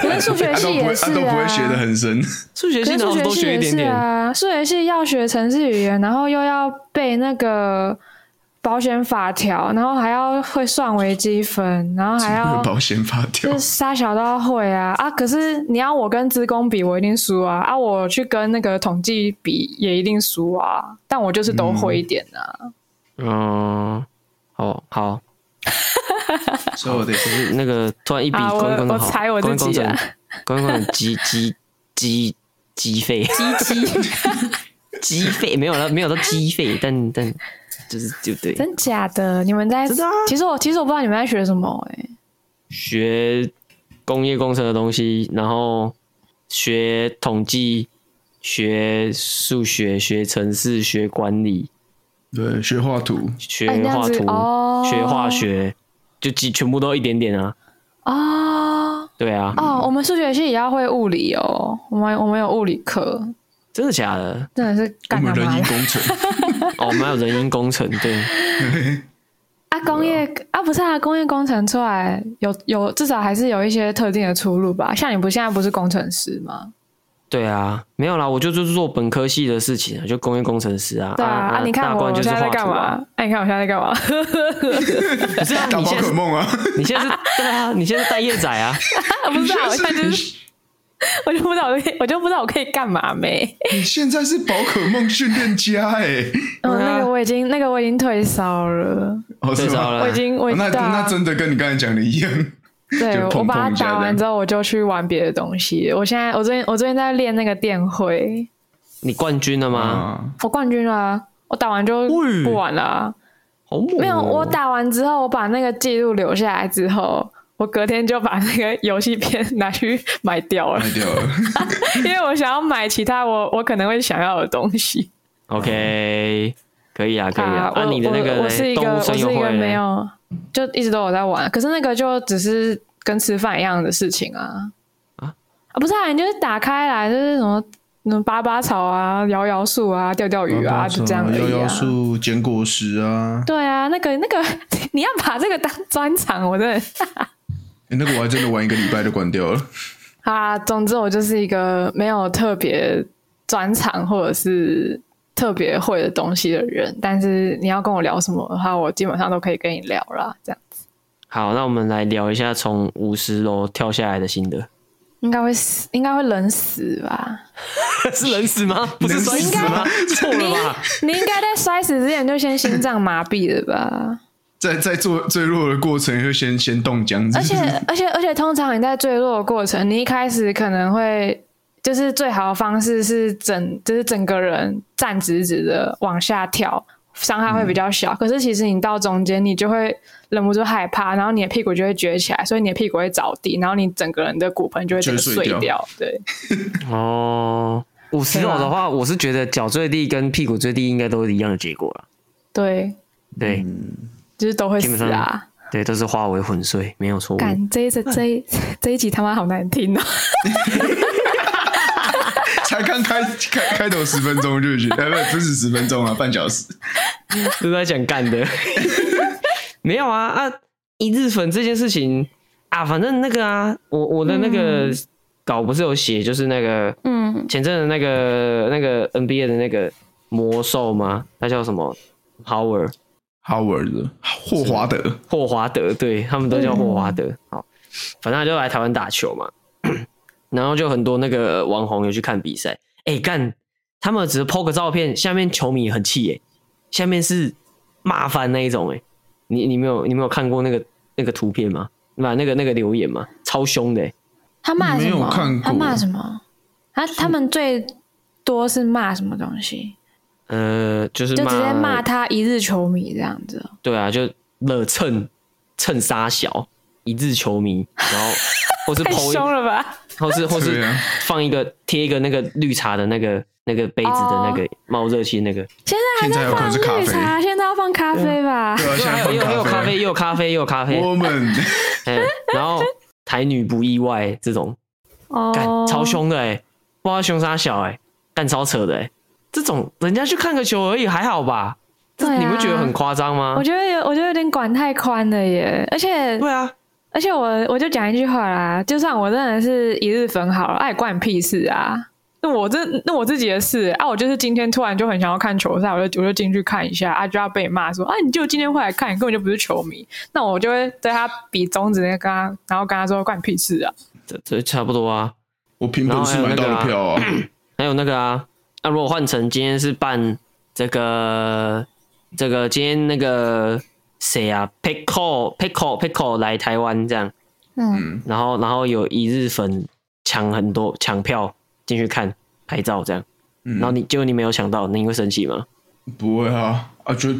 Speaker 3: 可是数学
Speaker 2: 他都不
Speaker 3: 系也
Speaker 2: 会，
Speaker 3: 是
Speaker 2: 他都不会学的
Speaker 3: 啊。
Speaker 2: 很深。
Speaker 1: 数学
Speaker 3: 可
Speaker 1: 系
Speaker 3: 是
Speaker 1: 的
Speaker 3: 数学
Speaker 1: 都
Speaker 3: 系
Speaker 1: 学一
Speaker 3: 也
Speaker 1: 点
Speaker 3: 是
Speaker 1: 点。
Speaker 3: 啊，数学系要学程式语言，然后又要背那个保险法条，然后还要会算微积分，然后还 要
Speaker 2: 保险法条
Speaker 3: 就是沙小都要会啊啊！可是你要我跟职工比，我一定输啊啊！我去跟那个统计比，也一定输啊。但我就是都会一点啊。
Speaker 1: 嗯，好好，
Speaker 2: 所以得
Speaker 1: 就是那个突然一比
Speaker 3: 啊我
Speaker 1: 工业工程
Speaker 3: 我
Speaker 1: 好，
Speaker 3: 猜我
Speaker 1: 工业
Speaker 3: 自
Speaker 1: 工
Speaker 3: 己
Speaker 1: 程
Speaker 3: 啊，
Speaker 1: 工业工程 鸡鸡鸡鸡 肺，
Speaker 3: 鸡鸡，
Speaker 1: 鸡肺 没有了，没有到鸡肺，但但就是就对，
Speaker 3: 真假的？你们在？
Speaker 1: 真的啊
Speaker 3: 其实我其实我不知道你们在学什么哎、
Speaker 1: 学工业工程的东西，然后学统计、学数学、学程式、学管理、
Speaker 2: 对学画图，
Speaker 1: 学
Speaker 3: 哎那样
Speaker 1: 画
Speaker 3: 子
Speaker 1: 图、
Speaker 3: 哦
Speaker 1: 学化学，就几全部都一点点啊。
Speaker 3: 哦
Speaker 1: 对啊，
Speaker 3: 哦，我们数学系也要会物理哦，我们我们有物理课，
Speaker 1: 真的假的？
Speaker 3: 真的是
Speaker 2: 我
Speaker 3: 干
Speaker 2: 们
Speaker 3: 他
Speaker 2: 人
Speaker 3: 妈
Speaker 2: 因
Speaker 3: 的
Speaker 2: 工程，
Speaker 1: 哦，我们还有人因工程，对，
Speaker 3: 啊！工业啊，不是啊，工业工程出来有有至少还是有一些特定的出路吧？像你不现在不是工程师吗？
Speaker 1: 对啊，没有啦，我就就是做本科系的事情啊，就工业工程师啊。
Speaker 3: 对啊，啊你看
Speaker 1: 大
Speaker 3: 我
Speaker 1: 关
Speaker 3: 我
Speaker 1: 就是
Speaker 3: 现在
Speaker 1: 画
Speaker 3: 在干
Speaker 1: 图啊。
Speaker 3: 嘛？哎、你看我现在在干 嘛？
Speaker 1: 不是啊，
Speaker 2: 打
Speaker 1: 你
Speaker 2: 宝
Speaker 1: 现在
Speaker 2: 可
Speaker 1: 是
Speaker 2: 梦啊，
Speaker 1: 你现在是对啊，你现在是待业仔 啊。
Speaker 3: 不是啊，我现在就是。我就不知道我可以，我就不知道我可以干嘛没。
Speaker 2: 你现在是宝可梦训练家哎，
Speaker 3: 嗯，
Speaker 1: 对啊
Speaker 3: 那个我已经，那个我已经退烧了，
Speaker 2: 哦，
Speaker 1: 睡
Speaker 2: 是
Speaker 1: 着
Speaker 2: 吗？
Speaker 1: 了
Speaker 3: 我已经，我已
Speaker 2: 哦
Speaker 3: 经
Speaker 2: 那
Speaker 3: 对啊
Speaker 2: 那真的跟你刚才讲的一样，
Speaker 3: 对
Speaker 2: 就，碰
Speaker 3: 我把
Speaker 2: 碰一
Speaker 3: 它
Speaker 2: 下这
Speaker 3: 打
Speaker 2: 样
Speaker 3: 完之后，我就去玩别的东西。我现在，我最近，我最近在练那个电绘，
Speaker 1: 你冠军了吗？
Speaker 2: 啊，
Speaker 3: 我冠军了啊、我打完就
Speaker 1: 喂
Speaker 3: 不玩了啊、
Speaker 1: 好猛哦！
Speaker 3: 没有，我打完之后，我把那个记录留下来之后，我隔天就把那个游戏片拿去买掉了
Speaker 1: 嗯
Speaker 2: 卖，掉了，
Speaker 3: 因为我想要买其他我我可能会想要的东西。
Speaker 1: OK，可以啊，可以啊。
Speaker 3: 我
Speaker 1: 按你的那
Speaker 3: 我
Speaker 1: 个
Speaker 3: 我是
Speaker 1: 嘞
Speaker 3: 一个
Speaker 1: 动
Speaker 3: 我
Speaker 1: 物
Speaker 3: 是
Speaker 1: 声优
Speaker 3: 一个
Speaker 1: 会嘞
Speaker 3: 没有，就一直都有在玩，可是那个就只是跟吃饭一样的事情啊
Speaker 1: 啊
Speaker 3: 啊不是啊，你就是打开来就是什么什么拔拔草啊、摇摇树啊、钓
Speaker 2: 哦
Speaker 3: 钓鱼啊，就这样而
Speaker 2: 摇
Speaker 3: 已
Speaker 2: 摇
Speaker 3: 啊。
Speaker 2: 树、捡果实啊，
Speaker 3: 对啊，那个那 个，你要把这个当专场，我真的
Speaker 2: 欸那个我还真的玩一个礼拜就关掉了，
Speaker 3: 啊。总之，我就是一个没有特别专场或者是特别会的东西的人。但是你要跟我聊什么的话，我基本上都可以跟你聊啦。这样
Speaker 1: 好，那我们来聊一下从五十楼跳下来的心得。
Speaker 3: 应该会死，应该会冷死吧？
Speaker 1: 是人死吗？不是摔死吗？错了吧？
Speaker 3: 你应该在摔死之前就先心脏麻痹了吧？
Speaker 2: 在在做坠落的过程就先先冻僵，
Speaker 3: 而 且而且而且，通常你在坠落的过程，你一开始可能会就是最好的方式是整就是整个人站直直的往下跳，伤害
Speaker 2: 嗯
Speaker 3: 会比较小。可是其实你到中间，你就会忍不住害怕，然后你的屁股就会撅起来，所以你的屁股会着地，然后你整个人的骨盆就会整个
Speaker 2: 就会
Speaker 3: 碎
Speaker 2: 碎掉
Speaker 3: 对，
Speaker 1: 哦，五十楼的
Speaker 3: 对
Speaker 1: 话，我是觉得脚最低跟屁股最低应该都是一样的结果了。
Speaker 3: 对，
Speaker 1: 啊对，
Speaker 3: 就是都会
Speaker 1: 基本
Speaker 3: 死
Speaker 1: 上
Speaker 3: 啊。
Speaker 1: 对，都是化为浑水，没有错误。
Speaker 2: 嗯
Speaker 3: 干这一这这一这一集他妈好难听哦！
Speaker 2: 才刚开开开头十分钟就觉得， 哎，不不是十分钟啊，半小时。
Speaker 1: 都在讲干的。 没有啊啊！一日粉这件事情啊，反正那个啊，我我的那个稿不是有写，就是那个
Speaker 3: 嗯，
Speaker 1: 前阵的那个那个 NBA 的那个魔兽吗？他叫什么？Howard
Speaker 2: Howard 霍华德，
Speaker 1: 霍华德，对他们都叫霍华
Speaker 3: 嗯
Speaker 1: 德。好，反正他就来台湾打球嘛， 然后就很多那个网红有去看比赛。哎、干，他们只是 PO 个照片，下面球迷很气耶、下面是骂翻那一种哎、你你没有你没有看过那个那个图片吗？把那个那个留言吗？超凶的、欸，
Speaker 3: 他骂什
Speaker 2: 没有
Speaker 3: 么
Speaker 2: 看？过
Speaker 3: 他骂什么？他他们最多是骂什么东西？
Speaker 1: 呃，就是
Speaker 3: 就
Speaker 1: 骂
Speaker 3: 直接骂他一日球迷这样子。
Speaker 1: 对啊，就冷蹭蹭杀小一日球迷，然后或是
Speaker 3: 太
Speaker 1: PO 一
Speaker 3: 凶了吧！
Speaker 1: 或 是或
Speaker 2: 对
Speaker 1: 是
Speaker 2: 啊
Speaker 1: 放一个贴一个那个绿茶的那个那个杯子的那
Speaker 3: 哦
Speaker 1: 个冒热气那个，
Speaker 3: 现在还
Speaker 2: 现在
Speaker 3: 在
Speaker 2: 有可
Speaker 3: 放
Speaker 2: 能是咖啡
Speaker 3: 绿茶，现在要放咖啡吧？
Speaker 2: 对啊，现
Speaker 1: 还
Speaker 2: 在
Speaker 1: 有也有
Speaker 2: 放
Speaker 1: 也有咖啡，
Speaker 2: 啡
Speaker 1: 也有咖啡，也有咖啡，
Speaker 2: ，Woman，
Speaker 1: 嗯，然后台女不意外这种，干
Speaker 3: 哦，
Speaker 1: 超！凶的哎、不知道凶杀小哎、干超扯的哎、这种人家去看个球而已，还好吧？这
Speaker 3: 对啊
Speaker 1: 你不觉得很夸张吗
Speaker 2: 啊
Speaker 3: 我？觉得有，我觉得有点管太宽了耶，而且
Speaker 1: 对啊，
Speaker 3: 而且我我就讲一句话啦，就算我真的是一日粉好了，哎、关你屁事啊！那我这那我自己的事啊，我就是今天突然就很想要看球赛，我就我就进去看一下，啊就要被骂说啊，你就今天会来看，你根本就不是球迷，那我就会对他比中指，跟他然后跟他说关你屁事啊！
Speaker 1: 这这差不多啊。
Speaker 2: 我凭本事买到的票啊，
Speaker 1: 还有那个啊，那、如果换成今天是办这个这个今天那个谁啊，Pickle Pickle Pickle 来台湾这样，
Speaker 3: 嗯，
Speaker 2: 嗯，
Speaker 1: 然后然后有一日粉抢很多抢票进去看拍照这样，
Speaker 2: 嗯
Speaker 1: 然后你结果你没有抢到，你会生气吗？
Speaker 2: 不会啊，啊，就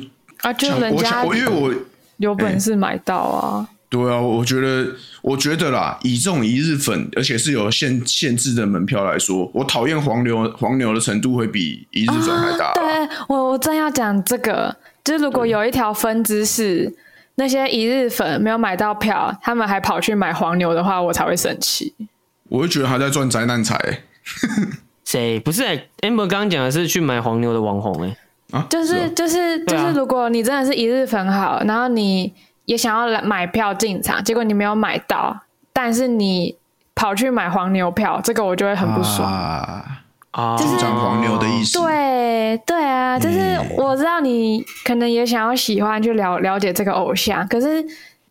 Speaker 3: 啊，就
Speaker 2: 抢
Speaker 3: 人
Speaker 2: 我
Speaker 3: 家
Speaker 2: 抢，我因为我
Speaker 3: 有本事买到啊，
Speaker 2: 对啊，我觉得，我觉得啦，以这种一日粉，而且是有限限制的门票来说，我讨厌黄牛，黄牛的程度会比一日粉还大、
Speaker 3: 啊对我，我正要讲这个，就是如果有一条分支是那些一日粉没有买到票，他们还跑去买黄牛的话，我才会生气。
Speaker 2: 我会觉得他在赚灾难财、
Speaker 1: 谁不是、欸、？amber 刚刚讲的是去买黄牛的网红哎、欸
Speaker 2: 啊，
Speaker 3: 就是
Speaker 2: 哦
Speaker 3: 就是就
Speaker 1: 对啊
Speaker 3: 是，如果你真的是一日粉好，然后你也想要来买票进场，结果你没有买到，但是你跑去买黄牛票，这个我就会很不爽。
Speaker 2: 啊，
Speaker 1: 啊，
Speaker 3: 就是
Speaker 2: 赚黄牛的意
Speaker 1: 思。
Speaker 2: 思，
Speaker 3: 对对啊，就是
Speaker 2: 嗯
Speaker 3: 我知道你可能也想要喜欢去了了解这个偶像，可是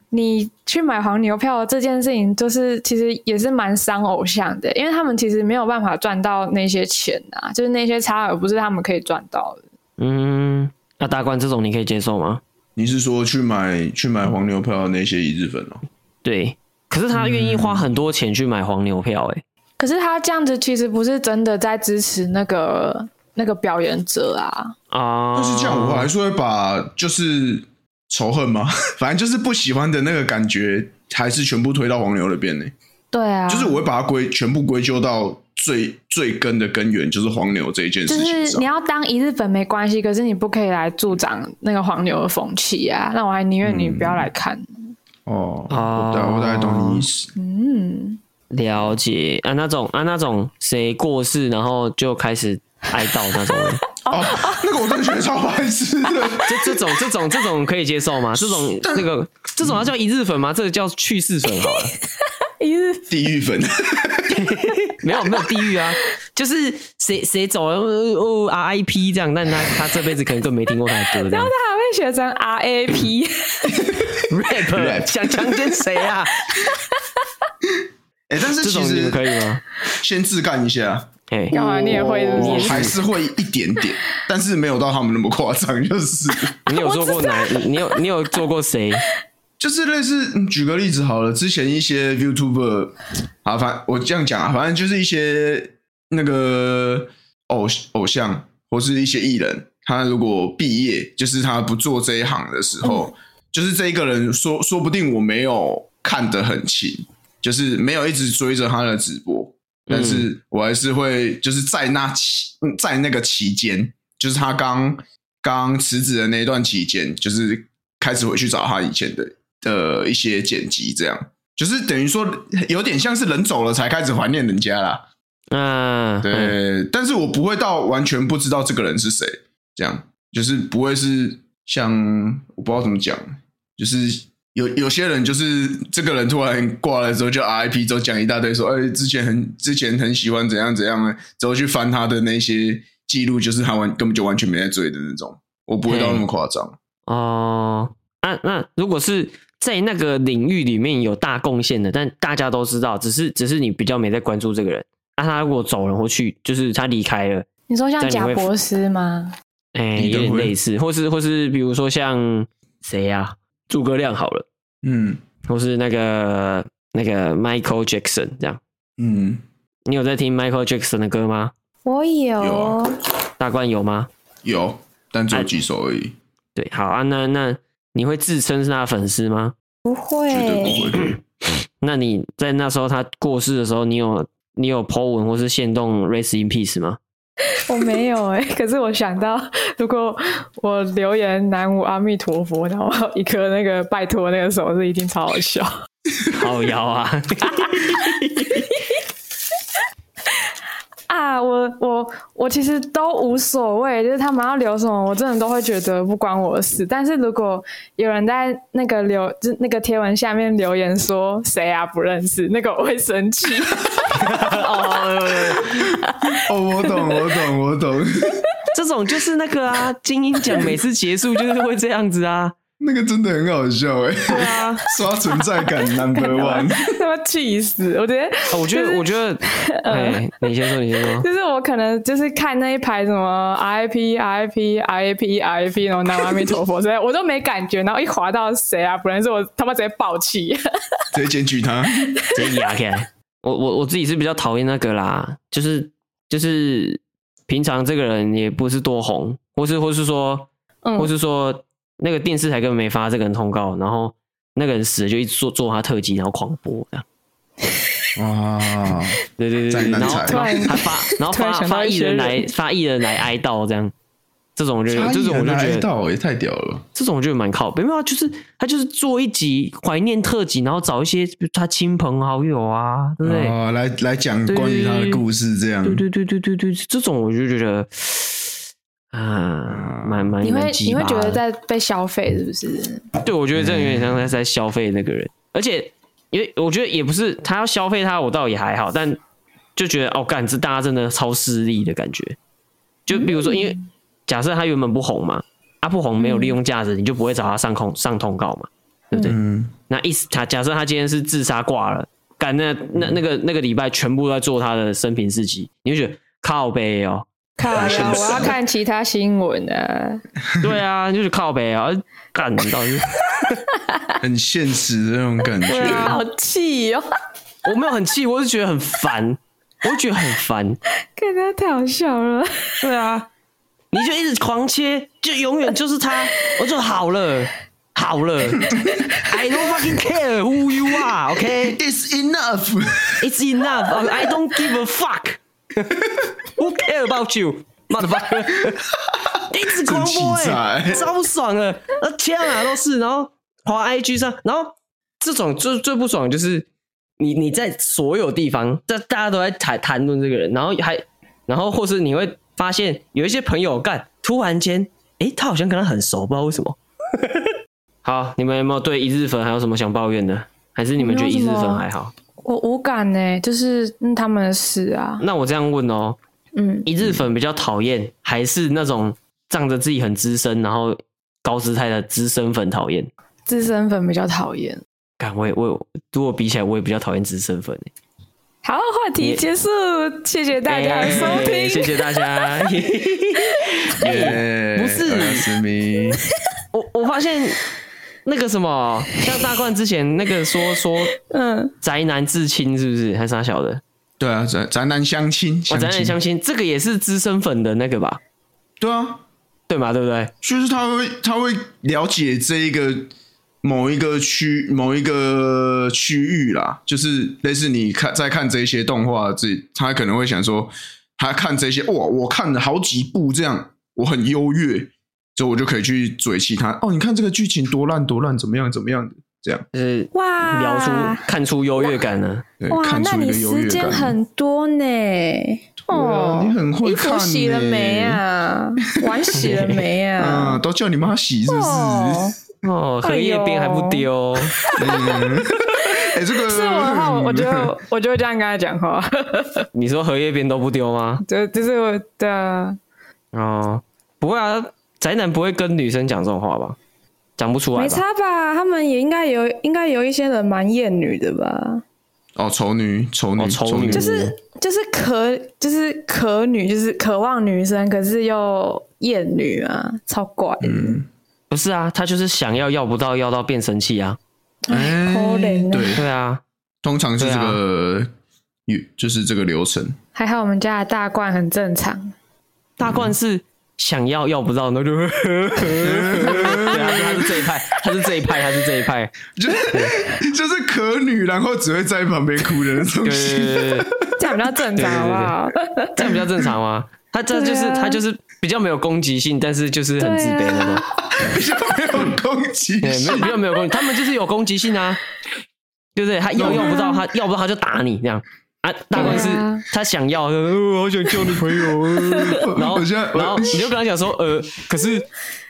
Speaker 3: 你去买黄牛票这件事情，就是其实也是蛮伤偶像的，因为他们其实没有办法赚到那些钱啊，就是那些差额不是他们可以赚到的。
Speaker 1: 嗯，那大关这种你可以接受吗？
Speaker 2: 你是说去买去买黄牛票的那些一日粉哦、
Speaker 1: 对，可是他愿意花很多钱去买黄牛票哎、欸
Speaker 3: 可是他这样子其实不是真的在支持那个那个表演者啊，
Speaker 1: 啊，
Speaker 2: 但是这样我还是会把就是仇恨吗？ 反正就是不喜欢的那个感觉，还是全部推到黄牛那边呢、
Speaker 3: 对啊，
Speaker 2: 就是我会把它归全部归咎到最最根的根源，就是黄牛这一件
Speaker 3: 就
Speaker 2: 事情
Speaker 3: 是你
Speaker 2: 上。
Speaker 3: 要当一日粉没关系，可是你不可以来助长那个黄牛的风气啊！那我还宁愿你不要来看。
Speaker 2: 哦，
Speaker 1: 哦
Speaker 2: 我大我大概懂你意思。
Speaker 3: 嗯，
Speaker 1: 了解啊，那种啊那种谁过世然后就开始哀悼那种人，
Speaker 2: 哦，那个我真的觉得超白痴的。
Speaker 1: 这这种这种这种可以接受吗？这种这个这种要叫一日粉吗？这个叫去世粉好了，
Speaker 3: 一日
Speaker 2: 地狱粉，
Speaker 1: 没有没有地狱啊，就是谁谁走了哦哦 RIP 这样，但他他这辈子可能更没听过他的歌这样
Speaker 3: 他还会写成 R A P，
Speaker 1: rap 想强奸谁啊？
Speaker 2: 哎、但是
Speaker 1: 这
Speaker 2: 其
Speaker 1: 种你
Speaker 2: 实
Speaker 1: 们可以吗？
Speaker 2: 先自干一 下，
Speaker 1: 哎，
Speaker 3: 干啊嘛你也会是不是
Speaker 2: 我还是会一点点，但是没有到他们那么夸张， 就是
Speaker 1: 你有做过哪？你你有你有做过谁？
Speaker 2: 就是类似，嗯举个例子好了，之前一些 YouTuber 啊，反我这样讲啊，反正就是一些那个偶偶像或是一些艺人，他如果毕业，就是他不做这一行的时候，就是这一个人说，说不定我没有看得很清，就是没有一直追着他的直播，但是我还是会就是在那期嗯在那个期间，就是他刚刚辞职的那一段期间，就是开始回去找他以前的呃一些剪辑，这样就是等于说有点像是人走了才开始怀念人家啦。
Speaker 1: 嗯，
Speaker 2: 对，
Speaker 1: 嗯
Speaker 2: 但是我不会到完全不知道这个人是谁，这样就是不会是像我不知道怎么讲，就是有有些人就是这个人突然挂了之后就 RIP 之后讲一大堆说，哎、之前很之前很喜欢怎样怎样啊，之后去翻他的那些记录，就是他完根本就完全没在追的那种，我不会到那么夸张。
Speaker 1: 哦，那那如果是在那个领域里面有大贡献的，但大家都知道，只是只是你比较没在关注这个人。那、他如果走了或去，就是他离开了，
Speaker 3: 你说像
Speaker 1: 但你
Speaker 3: 贾
Speaker 1: 会
Speaker 3: 博士吗？
Speaker 1: 哎、
Speaker 2: 李
Speaker 1: 有
Speaker 2: 登
Speaker 1: 点
Speaker 2: 辉
Speaker 1: 类似，或是或是比如说像谁呀、诸葛亮好了，
Speaker 2: 嗯
Speaker 1: 或是那个那个 Michael Jackson 这样。
Speaker 2: 嗯，
Speaker 1: 你有在听 Michael Jackson 的歌吗？
Speaker 3: 我有，
Speaker 2: 有啊
Speaker 1: 大冠有吗？
Speaker 2: 有，但只有几首而已，
Speaker 1: 对，好啊，那那你会自称是他的粉丝吗？
Speaker 3: 不
Speaker 2: 绝对
Speaker 3: 会，
Speaker 2: 不会。
Speaker 1: 那你在那时候他过世的时候，你有你有 po 文或是限动 Rest in Peace 吗？
Speaker 3: 我没有哎、可是我想到，如果我留言南无阿弥陀佛，然后一颗那个拜托那个手势，一定超好笑。
Speaker 1: 好摇啊！
Speaker 3: 啊，我我我其实都无所谓，就是他们要留什么，我真的都会觉得不关我的事。但是如果有人在那个留就那个贴文下面留言说谁啊不认识，那个我会生 气。
Speaker 1: 哦，
Speaker 2: 哦，我懂，我懂，我懂，
Speaker 1: 这种就是那个啊，精英奖每次结束就是会这样子啊。
Speaker 2: 那个真的很好笑哎、
Speaker 1: 对啊，
Speaker 2: 刷存在感 number one。
Speaker 3: 他妈气死！我觉得
Speaker 1: 哦我觉得，我觉 得，哎，你先说，你先 说。
Speaker 3: 就是我可能就是看那一排什么 RIP RIP RIP RIP，然后南无阿弥陀佛，所以我都没感觉。然后一滑到谁啊不认识，我他妈直接爆气。
Speaker 2: 直接检举他。
Speaker 1: 直接压开。我我我自己是比较讨厌那个啦，就是就是平常这个人也不是多红，或是或是说，
Speaker 3: 嗯
Speaker 1: 或是说那个电视台根本没发这个人通告，然后那个人死了就一直做做他特辑，然后狂播这样。
Speaker 2: 啊，
Speaker 1: 对对对
Speaker 2: 在
Speaker 1: 对，
Speaker 2: 南
Speaker 1: 然后
Speaker 2: 彩
Speaker 1: 然后还 发，然后
Speaker 3: 突然
Speaker 1: 发
Speaker 3: 想到
Speaker 1: 发
Speaker 3: 一
Speaker 1: 艺
Speaker 3: 些
Speaker 1: 人来
Speaker 3: 人
Speaker 1: 发艺人来哀悼这样，这种我就这
Speaker 2: 这
Speaker 1: 种我
Speaker 2: 种
Speaker 1: 就觉
Speaker 2: 来
Speaker 1: 得
Speaker 2: 到也欸太屌了。
Speaker 1: 这种我觉得蛮靠北，没有啊，就是他就是做一集怀念特辑，然后找一些比如他亲朋好友啊，对不对？
Speaker 2: 啊，来来讲关于他的故事，这样
Speaker 1: 对对对对对对，这种我就觉得啊，蛮蛮
Speaker 3: 你会
Speaker 1: 蛮鸡
Speaker 3: 你会
Speaker 1: 巴
Speaker 3: 觉得
Speaker 1: 的
Speaker 3: 在被消费是不是？
Speaker 1: 对，我觉得这有点像在在消费那个人，而且因为我觉得也不是他要消费他，我倒也还好，但就觉得哦，干这大家真的超势利的感觉。就比如说，因为假设他原本不红嘛，啊不红没有利用价值，你就不会找他上控上通告嘛，对不对？
Speaker 2: 嗯，
Speaker 1: 那意思他假设他今天是自杀挂了，干那那那个那个礼拜全部都在做他的生平事迹，你就觉得靠背哦，
Speaker 3: 看
Speaker 2: 现
Speaker 3: 呀，
Speaker 2: 实
Speaker 3: 我要看其他新闻啊。
Speaker 1: 对啊，就是靠背啊，干你到底是。
Speaker 2: 很现实的那种感
Speaker 1: 对
Speaker 2: 觉。
Speaker 1: 啊
Speaker 3: 好气哦！
Speaker 1: 我没有很气，我是觉得很烦，我就觉得很烦。
Speaker 3: 看他太好笑了，
Speaker 1: 对啊，你就一直狂切，就永远就是他，我就好了，好了，I don't fucking care who you are, OK?
Speaker 2: It's enough，
Speaker 1: It's enough. I don't give a fuck. Who care about you, motherfucker? 一直狂播
Speaker 2: 真气炸
Speaker 1: 哎、
Speaker 2: 欸
Speaker 1: 超不爽了，那天哪都是，然后滑 IG 上，然后这种最最不爽的就是你你在所有地方，大大家都在谈谈论这个人，然后还然后或是你会发现有一些朋友干，突然间，哎、他好像跟他很熟，不知道为什么。好，你们有没有对一日粉还有什么想抱怨的？还是你们觉得一日粉还好？
Speaker 3: 我无感呢、就是、嗯、他们的事啊。
Speaker 1: 那我这样问哦，
Speaker 3: 嗯，
Speaker 1: 一日粉比较讨厌，还是那种仗着自己很资深，然后高姿态的资深粉讨厌？
Speaker 3: 资深粉比较讨厌。
Speaker 1: 干，我也我也如果比起来，我也比较讨厌资深粉、欸。
Speaker 3: 好，话题结束，谢谢大家的收听。
Speaker 1: 哎谢谢大家。
Speaker 2: 耶
Speaker 1: 不是
Speaker 2: 思密，
Speaker 1: 我我发现那个什么，像大冠之前那个说说
Speaker 3: 嗯，
Speaker 1: 宅男至亲是不是？还是啥小的？
Speaker 2: 对啊，宅宅男相亲，
Speaker 1: 我
Speaker 2: 相
Speaker 1: 哦宅男
Speaker 2: 亲
Speaker 1: 相，亲，这个也是资深粉的那个吧？
Speaker 2: 对啊，
Speaker 1: 对嘛？对不对？
Speaker 2: 就是他会他会了解这一个某一个区某一个区域啦，就是类似你看在看这些动画，这他可能会想说，他看这些哇，我看了好几部这样，我很优越，所以我就可以去嘴其他哦，你看这个剧情多烂多烂，怎么样怎么样的，这样
Speaker 1: 就是
Speaker 4: 哇
Speaker 1: 聊出
Speaker 3: 啊
Speaker 1: 看出优越感呢。
Speaker 2: 对，
Speaker 4: 哇，
Speaker 2: 看
Speaker 4: 那
Speaker 2: 出一
Speaker 4: 你
Speaker 2: 个优
Speaker 4: 时
Speaker 2: 越
Speaker 4: 间
Speaker 2: 感。
Speaker 4: 很多呢。啊
Speaker 2: 哇你很会
Speaker 3: 哦衣服
Speaker 2: 看
Speaker 3: 洗了
Speaker 2: 呢
Speaker 3: 没？ 啊？碗洗了没
Speaker 2: 啊，
Speaker 3: 啊？
Speaker 2: 都叫你妈洗是不是？
Speaker 3: 哦，
Speaker 1: 哦，荷叶边还不丢，
Speaker 2: 哎，这个
Speaker 3: 是我的话，我我就 我就会这样跟他讲话，
Speaker 1: 你说荷叶边都不丢吗？
Speaker 3: 就就是我啊的
Speaker 1: 哦，不会啊，宅男不会跟女生讲这种话吧？讲不出来
Speaker 4: 没
Speaker 1: 吧？
Speaker 4: 差吧？他们也应该有，应该有一些人蛮厌女的吧？
Speaker 2: 哦，丑女，丑
Speaker 1: 哦
Speaker 2: 女，
Speaker 1: 丑
Speaker 2: 丑
Speaker 1: 女
Speaker 2: 女，
Speaker 4: 就是就是渴，就是渴女，就是渴望女生，可是又厌女啊，超怪
Speaker 3: 嗯
Speaker 4: 的，
Speaker 2: 嗯
Speaker 1: 不是啊，他就是想要要不到，要到变生气啊。
Speaker 2: 哎
Speaker 4: 可怜啊
Speaker 2: 对，
Speaker 1: 对啊，
Speaker 2: 通常是
Speaker 1: 对
Speaker 2: 这
Speaker 1: 啊
Speaker 2: 个，就是这个流程。
Speaker 3: 还好我们家的大罐很正常，
Speaker 1: 大冠是想要要不到，那就对啊，他是这一派，他是这一派，他是这一派。
Speaker 2: 就是就是可女，然后只会在旁边哭的那种
Speaker 1: 对对
Speaker 2: 型。
Speaker 1: 对对对，
Speaker 3: 这样比较正常，好不好？
Speaker 1: 这样比较正常吗？他这
Speaker 3: 对啊
Speaker 1: 就是他就是比较没有攻击性，但是就是很自卑
Speaker 4: 对啊
Speaker 1: 那种。
Speaker 2: 比 较没有攻击
Speaker 1: 对，没
Speaker 2: 性
Speaker 1: 有，没有没有攻击，他们就是有攻击性啊，对不对？他要用不到，他要不到他就打你这样啊。大
Speaker 3: 啊对
Speaker 1: 关
Speaker 3: 啊
Speaker 1: 是他想要，呃我好想交女朋友， 呃然后
Speaker 2: 我现在我
Speaker 1: 然后你就跟他讲说，呃，可是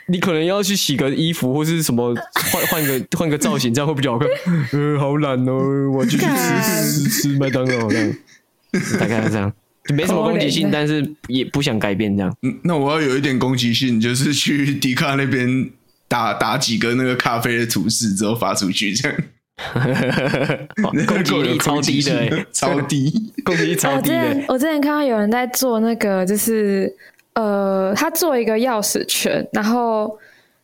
Speaker 1: 你可能要去洗个衣服或是什么，换换个换个造型，这样会比较好看。呃，好懒哦，我就去吃吃吃麦当劳这样，大概是这样。没什么攻击 性，但是也不想改变这样。
Speaker 2: 嗯那我要有一点攻击性，就是去迪卡那边打打几个那个咖啡的图示之后发出去，这样
Speaker 1: 哇哦攻击力超低的、 欸，
Speaker 2: 超低。
Speaker 1: 攻击力
Speaker 4: 哦
Speaker 1: 超
Speaker 4: 我
Speaker 1: 低
Speaker 4: 之
Speaker 1: 的、
Speaker 3: 啊
Speaker 4: 前
Speaker 1: 欸。
Speaker 4: 我之前看到有人在做那个，就是呃，他做一个钥匙圈，然后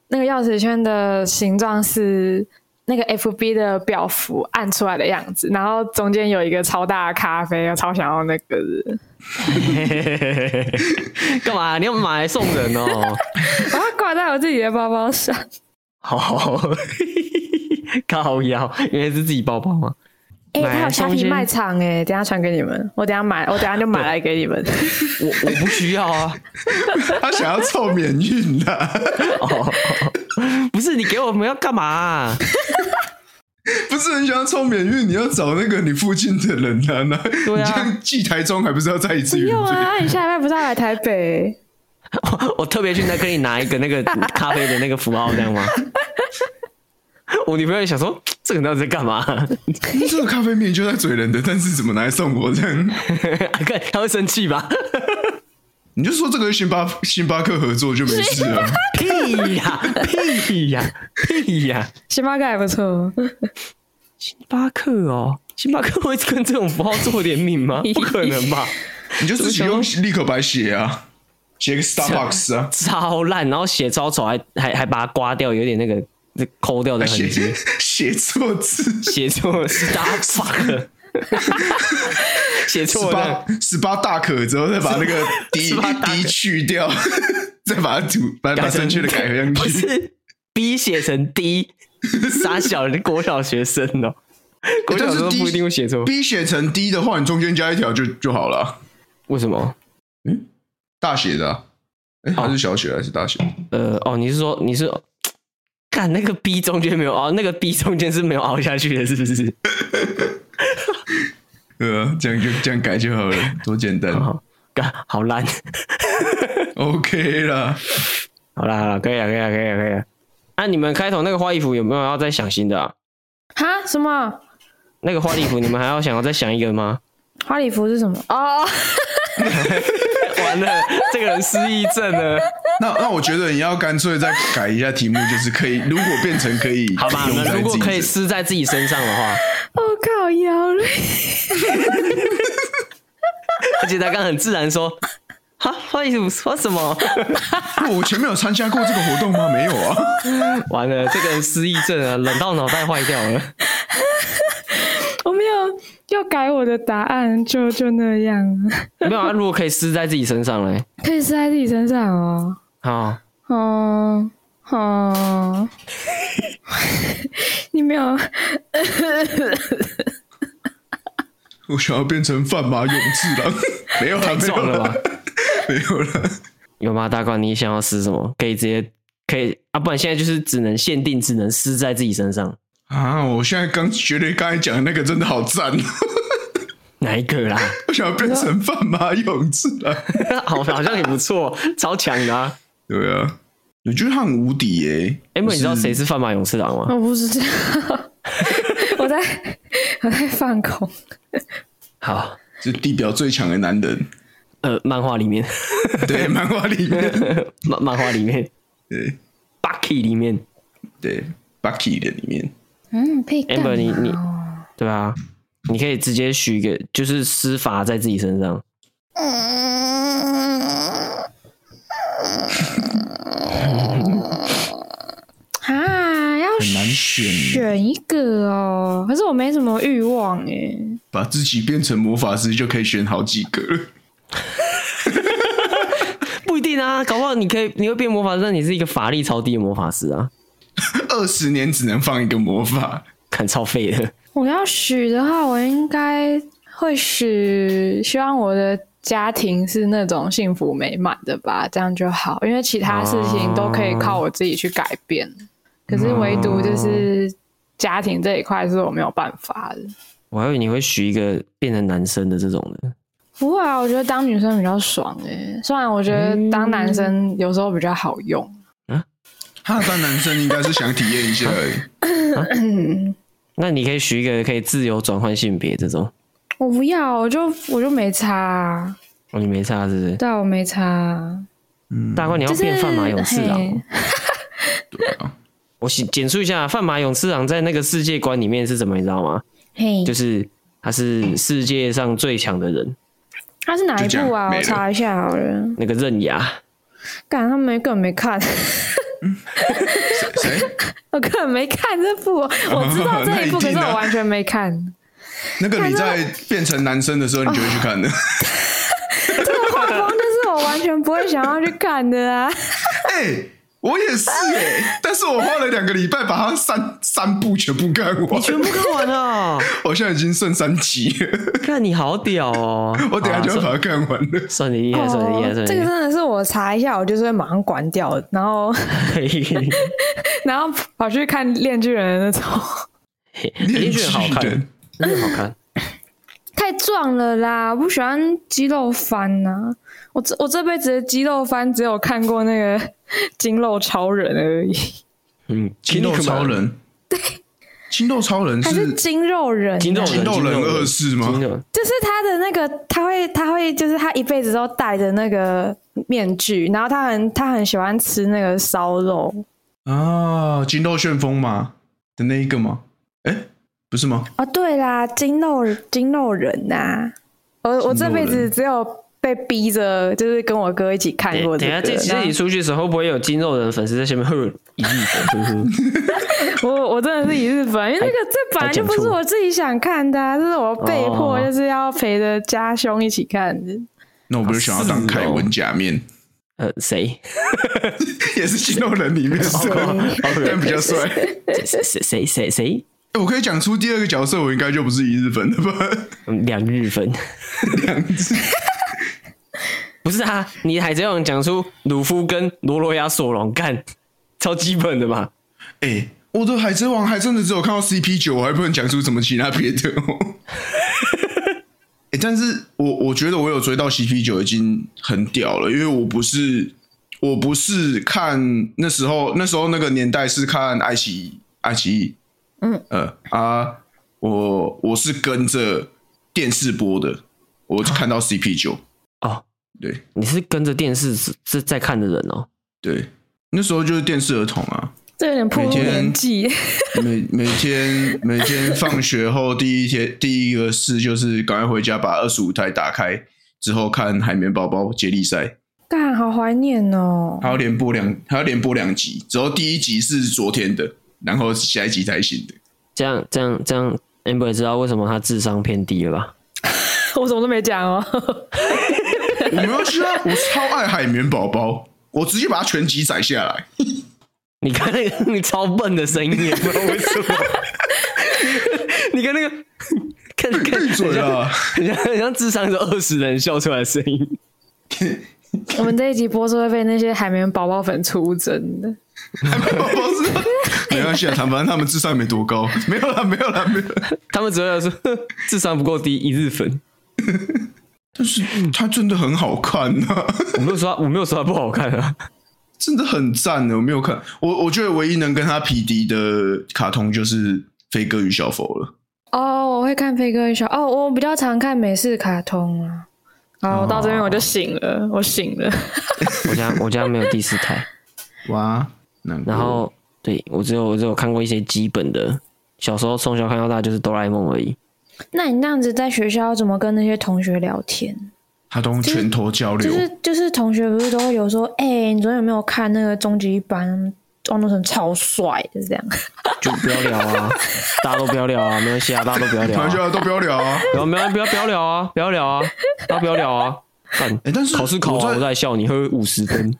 Speaker 4: 那个钥匙圈的形状是那个 FB 的表符按出来的样子，然后中间有一个超大的咖啡，我超想要那个的。
Speaker 1: 干嘛？你要买来送人哦？
Speaker 4: 把它挂在我自己的包包上。
Speaker 1: 好，靠腰，原来是自己包包吗？
Speaker 4: 哎、
Speaker 1: 买
Speaker 4: 它有
Speaker 1: 来
Speaker 4: 虾
Speaker 1: 中
Speaker 4: 皮
Speaker 1: 间
Speaker 4: 卖场哎、等一下传给你们，我等一下买，我等一下就买来给你 们。
Speaker 1: 我我不需要啊！
Speaker 2: 他想要凑免运啊的、
Speaker 1: 哦，不是你给我们要干嘛、啊？
Speaker 2: 不是很想要凑免运，你要找那个你附近的人啊，那、
Speaker 1: 对啊
Speaker 2: 你这样寄台中还不是要再一次
Speaker 4: 不
Speaker 2: 原
Speaker 4: 用
Speaker 2: 罪？
Speaker 4: 啊，你下礼拜不是要来台北？
Speaker 1: 我我特别去那跟你拿一个那个咖啡的那个符号，这样吗？我女朋友也想说，这个到底在干嘛？
Speaker 2: 这个咖啡面就在嘴人的，但是怎么拿来送我这样？
Speaker 1: 看她会生气吧？
Speaker 2: 你就说这个跟星巴星巴克合作就没事啊了。
Speaker 1: 屁呀、屁呀、屁呀、
Speaker 4: 星巴克还不错，
Speaker 1: 星巴克哦，星巴克会跟这种符号做联名 吗？不可能吧？
Speaker 2: 你就自己用立可白写啊，写个 Starbucks 啊，
Speaker 1: 超烂，然后写超丑，还还还把它刮掉，有点那个那抠掉的痕
Speaker 2: 写
Speaker 1: 迹，
Speaker 2: 写错字，
Speaker 1: 写错 star fuck，写
Speaker 2: 十
Speaker 1: 错
Speaker 2: 八
Speaker 1: 了，
Speaker 2: 十八大可之后再把 那个 D
Speaker 1: 18大可
Speaker 2: D 去掉， 再把它涂，把把正确的改上
Speaker 1: 不
Speaker 2: 去。
Speaker 1: 是 B 写成 D，傻小人国小学生哦，国小
Speaker 2: 哎但是
Speaker 1: 生
Speaker 2: D
Speaker 1: 不一定会写错，
Speaker 2: B 写成 D 的话，你中间加一条就就好了，啊
Speaker 1: 为什么？
Speaker 2: 大写的啊。哎，它是小写还是大写？
Speaker 1: 呃，哦，你是说你是干那个 B 中间没有哦凹，那个 B 中间是没有凹下去的，是不是？
Speaker 2: 对啊，这样就这样改就好了，多简单。
Speaker 1: 好，啊干好烂，
Speaker 2: OK 啦，
Speaker 1: 好啦好啦，可以了可以了可以了可以了。那、啊、你们开头那个花衣服有没有要再想新的啊？
Speaker 4: 哈？什么？
Speaker 1: 那个花礼服，你们还要想要再想一个吗？
Speaker 4: 花礼服是什么？哦，
Speaker 1: 完了，这个人失忆症了。
Speaker 2: 那那我觉得你要干脆再改一下题目，就是可以，如果变成可以，
Speaker 1: 好吧，
Speaker 2: 用在
Speaker 1: 那如果
Speaker 2: 自己
Speaker 1: 可以
Speaker 2: 的
Speaker 1: 撕在自己身上的话，
Speaker 4: 我靠腰了，
Speaker 1: 而且他刚刚很自然说：“哈，花衣服说什么
Speaker 2: 哦我前面有参加过这个活动吗？没有啊。？”
Speaker 1: 完了，这个人失忆症啊，冷到脑袋坏掉了。
Speaker 4: 我没有要改我的答案，就就那样，
Speaker 1: 没有啊，如果可以撕在自己身上嘞，
Speaker 4: 可以撕在自己身上哦。
Speaker 1: 好，
Speaker 4: 哦哦， 你没有哦
Speaker 2: 我想要变成范马永次郎，没有了，没有
Speaker 1: 爽了
Speaker 2: 了
Speaker 1: 吧，
Speaker 2: 没有了。
Speaker 1: 有吗？大冠，你想要撕什么？可以直接可以啊，不然现在就是只能限定，只能撕在自己身上。
Speaker 2: 啊！我现在刚觉得刚才讲的那个真的好赞，哦
Speaker 1: 哪一个啦？
Speaker 2: 我想要变成范马勇士啊！
Speaker 1: 好，好像也不错，超强的啊！
Speaker 2: 对啊，我觉得他很无敌耶、
Speaker 1: 哎、妹，你知道谁是范马勇士郎吗？
Speaker 4: 我不知道， 我在我在放空。
Speaker 1: 好，
Speaker 2: 是地表最强的男人。
Speaker 1: 呃，漫画里面，
Speaker 2: 对，漫画里面，
Speaker 1: 漫漫画里面
Speaker 2: 对
Speaker 1: ，Bucky 里面
Speaker 2: 对，Bucky 的里面，
Speaker 4: 嗯，可以干嘛
Speaker 1: ，Amber，你你
Speaker 4: 哦
Speaker 1: 对啊，你可以直接许一个，就是施法在自己身上。
Speaker 4: 啊，要
Speaker 2: 很难选
Speaker 4: 选一个哦。可是我没什么欲望哎、
Speaker 2: 把自己变成魔法师就可以选好几个了。
Speaker 1: 不一定啊，搞不好你可以，你会变魔法师，但你是一个法力超低的魔法师啊，
Speaker 2: 二十年只能放一个魔法，
Speaker 1: 看超废的。
Speaker 4: 我要许的话，我应该会许，希望我的家庭是那种幸福美满的吧，这样就好。因为其他事情都可以靠我自己去改变，可是唯独就是家庭这一块是我没有办法的。
Speaker 1: 我还以为你会许一个变成男生的这种的，
Speaker 4: 不会啊，我觉得当女生比较爽哎、虽然我觉得当男生有时候比较好用。
Speaker 3: 哦
Speaker 2: 他当男生应该是想体验一下而已。
Speaker 1: 那你可以许一个可以自由转换性别这种。
Speaker 4: 我不要，我就我就没差啊，
Speaker 1: 哦，你没差是不是？
Speaker 4: 对啊，我没差啊，
Speaker 1: 大官，你要
Speaker 4: 就是
Speaker 1: 变范马勇士郎哦。
Speaker 4: 嘿
Speaker 2: 对啊，
Speaker 1: 我简简述一下，范马勇士郎在那个世界观里面是怎么，你知道吗？
Speaker 4: 嘿，
Speaker 1: 就是他是世界上最强的人，
Speaker 4: 他是哪一
Speaker 2: 就这样
Speaker 4: 部啊？
Speaker 2: 没
Speaker 4: 我
Speaker 2: 了
Speaker 4: 查一下好了。
Speaker 1: 那个刃牙。
Speaker 4: 干，他们根本没看，
Speaker 2: 谁？
Speaker 4: 我根本没看这部，我知道 这一部，
Speaker 2: 那
Speaker 4: 可
Speaker 2: 一
Speaker 4: 是
Speaker 2: 定啊
Speaker 4: 我完全没看。
Speaker 2: 那个你在变成男生的时候，你就会去看的。
Speaker 4: 这个画风就是我完全不会想要去看的啊！
Speaker 2: 哎、我也是哎、但是我花了两个礼拜把它三三部全部看完，
Speaker 1: 全部看完了、
Speaker 2: 我现在已经剩三集了，
Speaker 1: 看你好屌哦！
Speaker 2: 我等一下就
Speaker 1: 好啦
Speaker 2: 要把它看完了。
Speaker 1: 算算你厉
Speaker 4: 哦
Speaker 1: 害，算你厉害，算
Speaker 4: 这
Speaker 1: 你
Speaker 4: 个
Speaker 1: 厉
Speaker 4: 真的是我查一下，我就是会马上关掉，然后
Speaker 1: 害。
Speaker 4: 然后跑去看《恋巨人》的那种，
Speaker 1: 连续好
Speaker 2: 恋巨
Speaker 1: 看
Speaker 2: 人，
Speaker 1: 真的好看。
Speaker 4: 太壮了啦！我不喜欢肌肉番呐、我这我这辈子的肌肉番只有看过那个《筋肉超人》而已，
Speaker 1: 嗯，
Speaker 2: 肌肉超，人，对，肌肉超人
Speaker 4: 还是
Speaker 2: 是
Speaker 4: 《筋肉人》啊？
Speaker 1: 筋肉
Speaker 2: 筋
Speaker 1: 人，
Speaker 2: 肉人二世吗
Speaker 1: 筋肉
Speaker 4: 就是他的那个，他会，他会，就是他一辈子都戴着那个面具，然后他很，他很喜欢吃那个烧肉，
Speaker 2: 啊，筋肉旋风嘛的那一个吗？哎、不是吗？
Speaker 4: 哦，对啦，筋肉筋肉人啊呐、我我
Speaker 2: 筋
Speaker 4: 这
Speaker 2: 肉
Speaker 4: 辈
Speaker 2: 人
Speaker 4: 子只有被逼着，就是跟我哥一起看过
Speaker 1: 等
Speaker 4: 这
Speaker 1: 一下，
Speaker 4: 个。
Speaker 1: 这期
Speaker 4: 然
Speaker 1: 这里出去的时候，会不会有筋肉人粉丝在下面呵一亿粉？呵呵
Speaker 4: 后我我真的是以日本，因为那个这本来就不
Speaker 1: 还
Speaker 4: 是
Speaker 1: 讲错
Speaker 4: 我自己想看的、啊，这是我被迫
Speaker 1: 哦
Speaker 4: 就是要陪着家兄一起看的。
Speaker 2: 那我不是想要当凯文假面，
Speaker 1: 呃，谁？
Speaker 2: 也是肌肉人里面的， 但比较帅。
Speaker 1: 谁谁谁谁谁？
Speaker 2: 哎我可以讲出第二个角色，我应该就不是一日粉了吧？
Speaker 1: 嗯两日粉，
Speaker 2: 两只
Speaker 1: 不是啊？你海贼王讲出鲁夫跟罗罗亚索隆干，超基本的嘛？
Speaker 2: 哎、我的海贼王还真的只有看到 CP 九，我还不能讲出什么其他别的 哦。哎、但是我我觉得我有追到 CP 九已经很屌了，因为我不是我不是看那时候那时候那个年代是看爱奇艺爱奇艺，嗯呃啊，我我是跟着电视播的，我就看到 CP 九、
Speaker 1: 哦，
Speaker 2: 对
Speaker 1: 你是跟着电视是是在看的人哦。
Speaker 2: 对，那时候就是电视儿童 啊，
Speaker 4: 这有点暴露
Speaker 2: 每天
Speaker 4: 年纪，
Speaker 2: 每每天每天放学后第一天第一个事就是赶快回家把二十五台打开，之后看海绵宝宝接力赛，
Speaker 4: 干好怀念哦！
Speaker 2: 还要连播两还要连播两集，之后第一集是昨天的，然后下一集才新 的。
Speaker 1: 这样这样这样，amber 也知道为什么他智商偏低了吧？
Speaker 4: 我什么都没讲哦。
Speaker 2: 我没有知道，我超爱海绵宝宝，我直接把它全集载下来。
Speaker 1: 你看那个你超笨的 声音，也不知道为什么。你看那个，看看
Speaker 2: 闭嘴啦！
Speaker 1: 很像很像智商是二十人笑出来的声音。
Speaker 4: 我们这一集播出会被那些海绵宝宝粉出征的。
Speaker 2: 海绵宝宝是，没
Speaker 1: 哎、
Speaker 2: 关系啊，他们反正他们智商也没多高，没有啦，没有啦，没有啦。
Speaker 1: 他们只会说呵智商不够低，一日粉。
Speaker 2: 但是它真的很好看呐、
Speaker 1: 我没有说他，我没有说他不好看啊。
Speaker 2: 真的很赞的。我没有看，我我觉得唯一能跟它匹敌的卡通就是《飞哥与小佛》了。
Speaker 4: 哦，我会看飞哥一小哦，我比较常看美式卡通啊。
Speaker 3: 好，我到这边
Speaker 1: 哦
Speaker 3: 我就醒了，我醒了。
Speaker 1: 我家我家没有第四台，
Speaker 2: 哇，难
Speaker 1: 然
Speaker 2: 过。
Speaker 1: 后对我只有我只有看过一些基本的，小时候从小看到大就是哆啦 A 梦而已。
Speaker 4: 那你那样子在学校怎么跟那些同学聊天？
Speaker 2: 他都用拳头交流，
Speaker 4: 就是就是同学不是都会有说，哎、你昨天有没有看那个终极一班？汪东城超帅，就 是这样。
Speaker 1: 就不要聊啊，大家都不要聊啊，没关系啊，大家都不要聊、
Speaker 2: 反正
Speaker 1: 啊，
Speaker 2: 就都不要聊啊。
Speaker 1: 然后没有不要不要聊啊，不要聊啊，大家不要聊啊。干
Speaker 2: 哎但是
Speaker 1: 考试考
Speaker 2: 我在
Speaker 1: 完我在笑你，会五十分。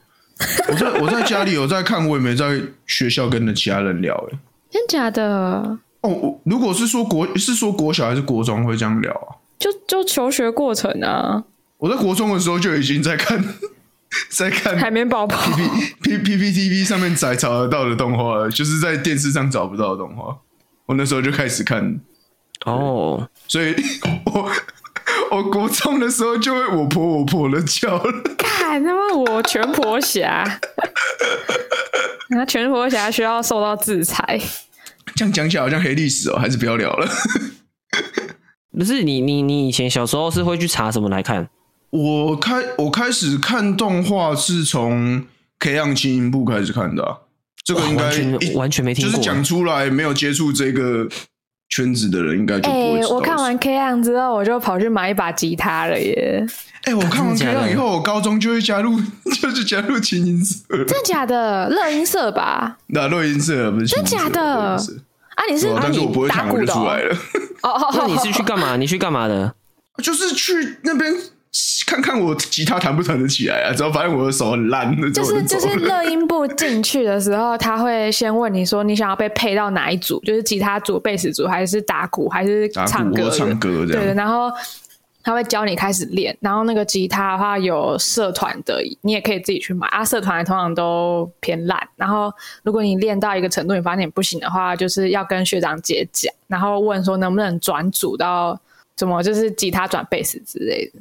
Speaker 2: 我在我在家里有在看，我也没在学校跟着其他人聊、欸。
Speaker 4: 真假的？
Speaker 2: 哦，我如果是说国是说国小还是国中会这样聊啊？
Speaker 3: 就就求学过程啊，
Speaker 2: 我在国中的时候就已经在看， 在
Speaker 3: 海
Speaker 2: 看
Speaker 3: 绵宝宝
Speaker 2: P P P T V 上面载找得到的动画了，就是在电视上找不到的动画。我那时候就开始看，
Speaker 1: 哦，
Speaker 2: 所以 我我国中的时候就会我婆我婆的叫了。
Speaker 3: 看他妈我全 婆侠，那全婆侠需要受到制裁。
Speaker 2: 这样讲起来好像黑历史哦，还是不要聊了。
Speaker 1: 不是你你你以前小时候是会去查什么来看？
Speaker 2: 我开我开始看动画是从《K 样轻音部》开始看的啊、这个
Speaker 1: 哇
Speaker 2: 应该
Speaker 1: 完全
Speaker 2: 一
Speaker 1: 完全没听
Speaker 2: 就是
Speaker 1: 过
Speaker 2: 讲出来没有接触这个圈子的人，应该就
Speaker 3: 哎、
Speaker 2: 不会知道。
Speaker 3: 我看完 K 样之后，我就跑去买一把吉他 了耶！
Speaker 2: 哎、我看完 K
Speaker 1: 真的假的
Speaker 2: 样以后，我高中就会加入， 就是加入琴音社，
Speaker 3: 真假的？乐音社吧？
Speaker 2: 那录音社不是琴音社
Speaker 3: 真假的
Speaker 2: 乐音社
Speaker 3: 啊，你是、
Speaker 2: 对啊
Speaker 3: 啊、
Speaker 2: 但是
Speaker 3: 你
Speaker 2: 我不会
Speaker 3: 打
Speaker 2: 弹，我
Speaker 3: 鼓
Speaker 2: 就
Speaker 3: 的
Speaker 2: 出
Speaker 3: 哦
Speaker 2: 来了。
Speaker 3: 哦哦
Speaker 1: 那
Speaker 3: 哦，
Speaker 1: 你是去干嘛？你去干嘛的？
Speaker 2: 就是去那边看看我吉他弹不弹得起来啊，只要发现我的手很烂，那
Speaker 3: 就
Speaker 2: 就是
Speaker 3: 就是乐音部进去的时候，他会先问你说你想要被配到哪一组，就是吉他组、贝斯组，还是打鼓，还是
Speaker 2: 打鼓
Speaker 3: 唱歌
Speaker 2: 或
Speaker 3: 的？
Speaker 2: 唱歌这样
Speaker 3: 对，然后他会教你开始练，然后那个吉他的话有社团的，你也可以自己去买啊。社团通常都偏烂，然后如果你练到一个程度，你发现你不行的话，就是要跟学长姐讲，然后问说能不能转组到怎么就是吉他转贝斯之类的。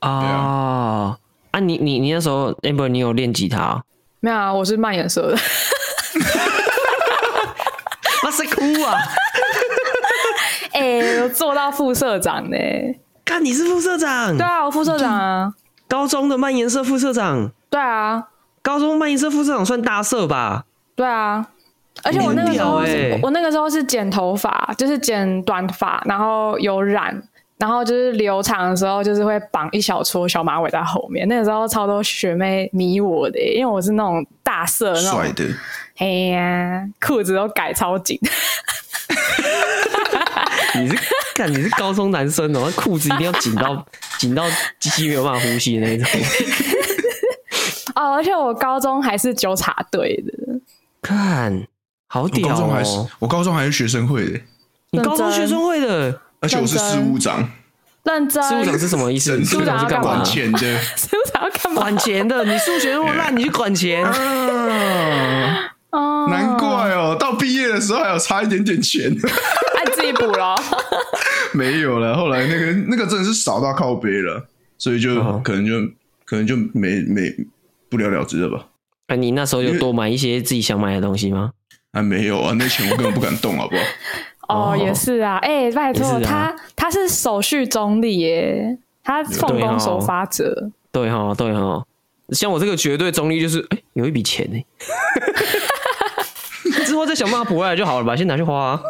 Speaker 1: 啊哦啊！你你你那时候 Amber 你有练吉他哦、
Speaker 3: 没有啊，我是慢演社的。
Speaker 1: 那是哭啊！
Speaker 3: 哎、我做到副社长呢、
Speaker 1: 看你是副社长，
Speaker 3: 对啊，我副社长啊，
Speaker 1: 高中的漫研社副社长，
Speaker 3: 对啊，
Speaker 1: 高中漫研社副社长算大社吧？
Speaker 3: 对啊。而且我那个时候
Speaker 1: 你
Speaker 3: 是，
Speaker 1: 很屌欸
Speaker 3: 我那个时候是剪头发，就是剪短发，然后有染，然后就是留长的时候，就是会绑一小撮小马尾在后面。那个时候超多学妹迷我的欸、因为我是那种大色那
Speaker 2: 帅
Speaker 3: 种，
Speaker 2: 的。
Speaker 3: 哎呀，裤子都改超紧，
Speaker 1: 你是 看你是高中男生哦，那裤子一定要紧到 紧到鸡鸡没有办法呼吸的那种。
Speaker 3: 哦，而且我高中还是纠察队的，
Speaker 1: 看，好
Speaker 2: 我
Speaker 1: 屌
Speaker 2: 高中还是
Speaker 1: 哦！
Speaker 2: 我高中还是学生会的，
Speaker 1: 你高中学生会的
Speaker 2: 而且我是事务长，
Speaker 3: 认真。
Speaker 1: 事务 长是什么意思？
Speaker 2: 真的
Speaker 1: 事务长是干嘛
Speaker 2: 管？钱的。
Speaker 3: 事务长要干嘛？
Speaker 1: 管钱的，你数学那么烂，你去管钱。
Speaker 2: 啊，
Speaker 3: 哦，
Speaker 2: 难怪哦，到毕业的时候还有差一点点钱，
Speaker 3: 哎，自己补咯。
Speaker 2: 没有了。后来 那个那个真的是少到靠背了，所以就
Speaker 1: 哦
Speaker 2: 可能就可能就没没不了了之了吧。
Speaker 1: 那啊你那时候有多买一些自己想买的东西吗？
Speaker 2: 啊，没有啊，那钱我根本不敢动，好不好？
Speaker 3: 哦，
Speaker 1: 哦
Speaker 3: 也是啊，哎、拜托、
Speaker 1: 也是啊
Speaker 3: 他他是手续中立耶，他奉
Speaker 1: 对哦
Speaker 3: 公守法者，
Speaker 1: 对哈，对哈。像我这个绝对中立，就是哎、有一笔钱呢、 之后再想办法补回来就好了吧，先拿去花、啊。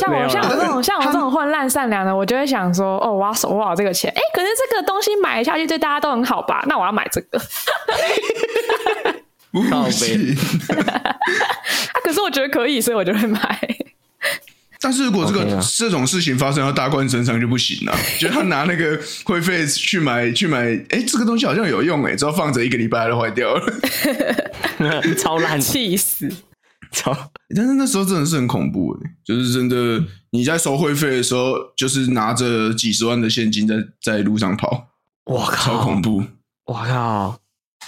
Speaker 3: 像
Speaker 1: 哦没有啊啦
Speaker 3: 我像我这种像我这种混烂善良的，我就会想说，哦，我要守护好这个钱，哎、可是这个东西买下去对大家都很好吧？那我要买这个，啊，
Speaker 2: 不
Speaker 1: 靠背
Speaker 2: 行。
Speaker 3: 可是我觉得可以，所以我就会买。
Speaker 2: 但是如果这个
Speaker 1: OK 啊啦
Speaker 2: 这种事情发生到大冠身上就不行了，就是他拿那个会费去买去买，哎，这个东西好像有用哎，只要放着一个礼拜它就坏掉了。
Speaker 1: 超烂，
Speaker 3: 气死！
Speaker 1: 超
Speaker 2: 但是那时候真的是很恐怖诶、就是真的你在收会费的时候，就是拿着几十万的现金在在路上跑，
Speaker 1: 我
Speaker 2: 超
Speaker 1: 靠，
Speaker 2: 恐怖。
Speaker 1: 我靠，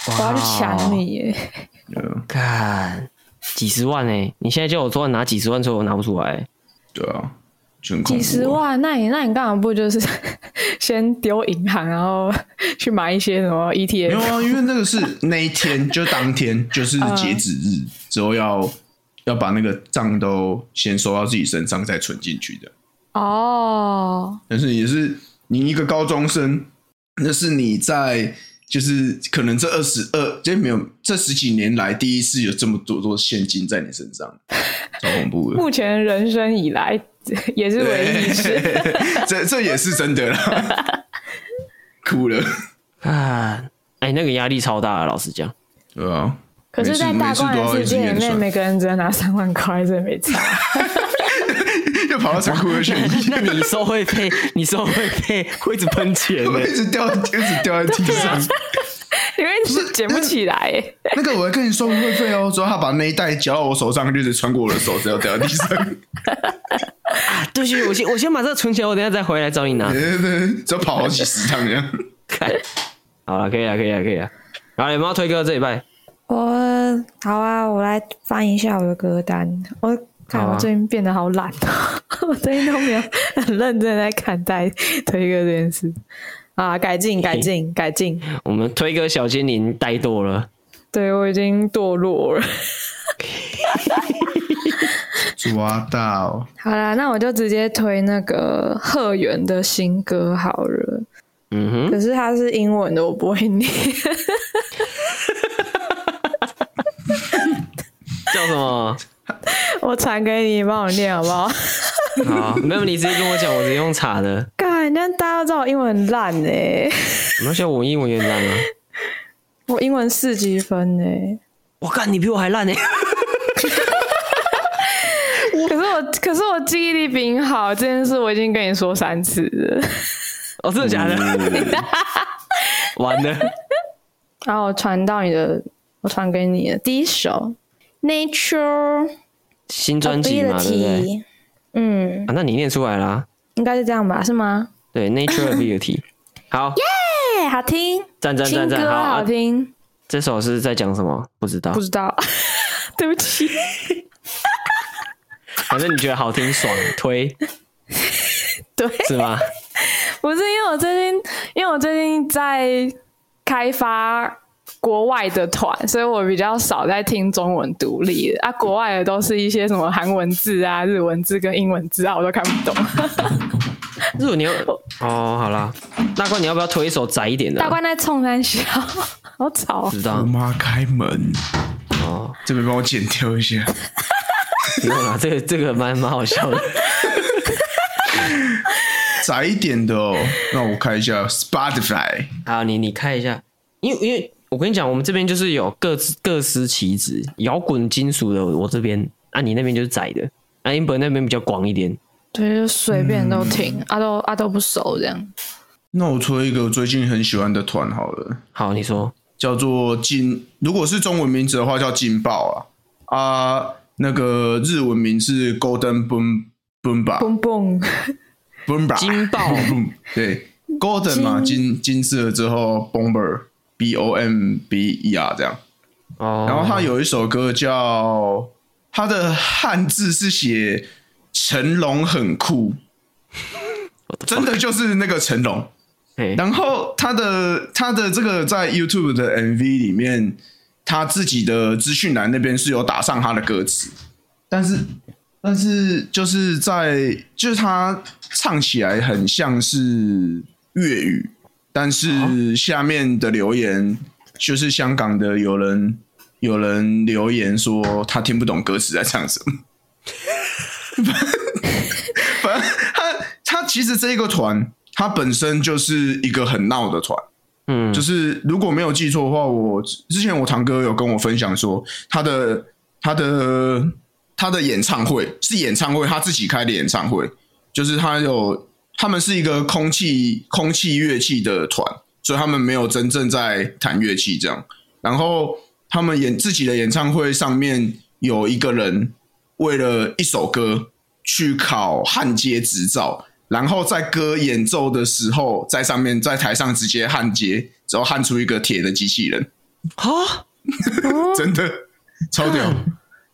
Speaker 1: 我
Speaker 3: 我要去抢！你耶！
Speaker 2: 对啊，
Speaker 1: 看几十万哎、你现在叫我昨晚拿几十万出来，我拿不出来、欸
Speaker 2: 对啊，就很恐怖、啊。
Speaker 3: 几十万，那你那你干嘛不就是 先丢银行，然后去买一些什么 E
Speaker 2: 没有
Speaker 3: ETF？
Speaker 2: 啊，因为那个是那一天，就当天，就是截止日之后要要把那个账都先收到自己身上，再存进去的。
Speaker 3: 哦，
Speaker 2: 但是也是你一个高中生，那是你在就是可能这二十二，这没有这十几年来第一次有这么多多现金在你身上，超恐怖的。
Speaker 3: 目前人生以来也是唯一一次。
Speaker 2: 这这也是真的啦， 哭了，
Speaker 1: 看，哎、那个压力超大的，老实讲，
Speaker 2: 对啊。
Speaker 3: 可是，在大
Speaker 2: 每次每
Speaker 3: 观
Speaker 2: 次都要
Speaker 3: 的
Speaker 2: 一
Speaker 3: 世
Speaker 2: 直
Speaker 3: 界
Speaker 2: 验
Speaker 3: 里面，
Speaker 2: 算
Speaker 3: 每个人只能拿三万块，这没差。
Speaker 2: 又跑到仓库去，
Speaker 1: 那你收会 费，你收会费会一直喷钱欸呢、
Speaker 2: 我一直掉，一直掉在地上。
Speaker 3: 因为是捡不起来耶、
Speaker 2: 那个我会跟你收会费哦，之后他把那一袋交到我手上，就是穿过我的手，只要掉到地上，
Speaker 1: 啊对不起，我先我先把这个存起来，我等一下再回来找你拿。
Speaker 2: 只要跑好几十趟这样。
Speaker 1: 看，好了，可以了，可以了，可以了。好，有没有推歌这礼拜？
Speaker 3: 我好啊，我来翻一下我的歌单。我看
Speaker 1: 好啊
Speaker 3: 我最近变得好懒、哦， 我最近都没有很认真在看待推歌这件事啊，改进改进改进。
Speaker 1: 我们推歌小精灵呆多了，
Speaker 3: 对我已经堕落了。
Speaker 2: 抓到，
Speaker 3: 好啦，那我就直接推那个贺源的新歌好了。
Speaker 1: 嗯哼，
Speaker 3: 可是它是英文的，我不会念。
Speaker 1: 叫什么？
Speaker 3: 我传给你，你帮我念好不好？
Speaker 1: 好，没有，你直接跟我讲，我直接用查的。
Speaker 3: 干，人家大家都知道我英文很烂哎、
Speaker 1: 没关系，我英文也烂啊。
Speaker 3: 我英文四级分哎、
Speaker 1: 我干，你比我还烂欸呢、
Speaker 3: 可是我，可是我记忆力比你好，这件事我已经跟你说三次了。
Speaker 1: 哦，真的假的？ 完了，
Speaker 3: 然后我传到你的，我传给你的第一首《Nature
Speaker 1: 新专辑嘛，对不对？
Speaker 3: Ability》，嗯，
Speaker 1: 啊，那你念出来啦。
Speaker 3: 应该是这样吧？是吗？
Speaker 1: 对，Nature Ability。好，
Speaker 3: 哎，好听，
Speaker 1: 赞赞
Speaker 3: 新
Speaker 1: 赞赞，
Speaker 3: 歌
Speaker 1: 好
Speaker 3: 好
Speaker 1: 啊。
Speaker 3: 听，
Speaker 1: 这首是在讲什么？不知道
Speaker 3: 不，知道， 对不起，
Speaker 1: 反正你觉得好听爽，推
Speaker 3: 对，
Speaker 1: 是 吗？
Speaker 3: 不是因为我最近，因为我最近在开发国外的团，所以我比较少在听中文独立的啊。国外的都是一些什么韩文字啊、日文字跟英文字啊，我都看不 懂。
Speaker 1: 日文你要哦，好啦，大冠你要不要推一首窄一点的、
Speaker 3: 大
Speaker 1: 啊？
Speaker 3: 关在冲山笑， 好吵哦
Speaker 1: 不。知
Speaker 2: 我
Speaker 1: 道
Speaker 2: 妈开门，
Speaker 1: 哦，
Speaker 2: 这边帮我剪掉一下。
Speaker 1: 不用啦，这个这个蛮蛮好笑的。
Speaker 2: 窄一点的哦，那我看一下 Spotify。
Speaker 1: 好，你你看一下，因为因为我跟你讲，我们这边就是有各自各司其职，摇滚金属的我这边，啊你那边就是窄的，啊 Amber 那边比较广一点。
Speaker 3: 对，就随便都听，啊都啊都不熟这样。
Speaker 2: 那我推一个我最近很喜欢的团好了，
Speaker 1: 好，你说
Speaker 2: 叫做劲，如果是中文名字的话叫劲爆啊啊，那个日文名是 Golden Boom Boom 吧
Speaker 3: 蹦蹦，
Speaker 2: Boom 吧
Speaker 1: 金爆
Speaker 2: Boom 对 Golden 嘛金金色之后 Bomber B O M B E R 这样，
Speaker 1: 哦，
Speaker 2: 然后他有一首歌叫他的汉字是写成龙很酷，真的就是那个成龙。
Speaker 1: 嘿
Speaker 2: 然后他的他的这个在 YouTube 的 MV 里面，他自己的资讯栏那边是有打上他的歌词，但是但是就是在就是他唱起来很像是粤语，但是下面的留言就是香港的有人有人留言说他听不懂歌词在唱什么。反正他他其实这个团，他本身就是一个很闹的团。
Speaker 1: 嗯
Speaker 2: 就是如果没有记错的话，我之前我堂哥有跟我分享说，他的他的他的演唱会是演唱会，他自己开的演唱会，就是他有他们是一个空气空气乐器的团，所以他们没有真正在弹乐器这样。然后他们演自己的演唱会上面有一个人为了一首歌去考焊接执照，然后在歌演奏的时候，在上面在台上直接焊接，然后焊出一个铁的机器人。
Speaker 1: 啊，
Speaker 2: 真的超屌。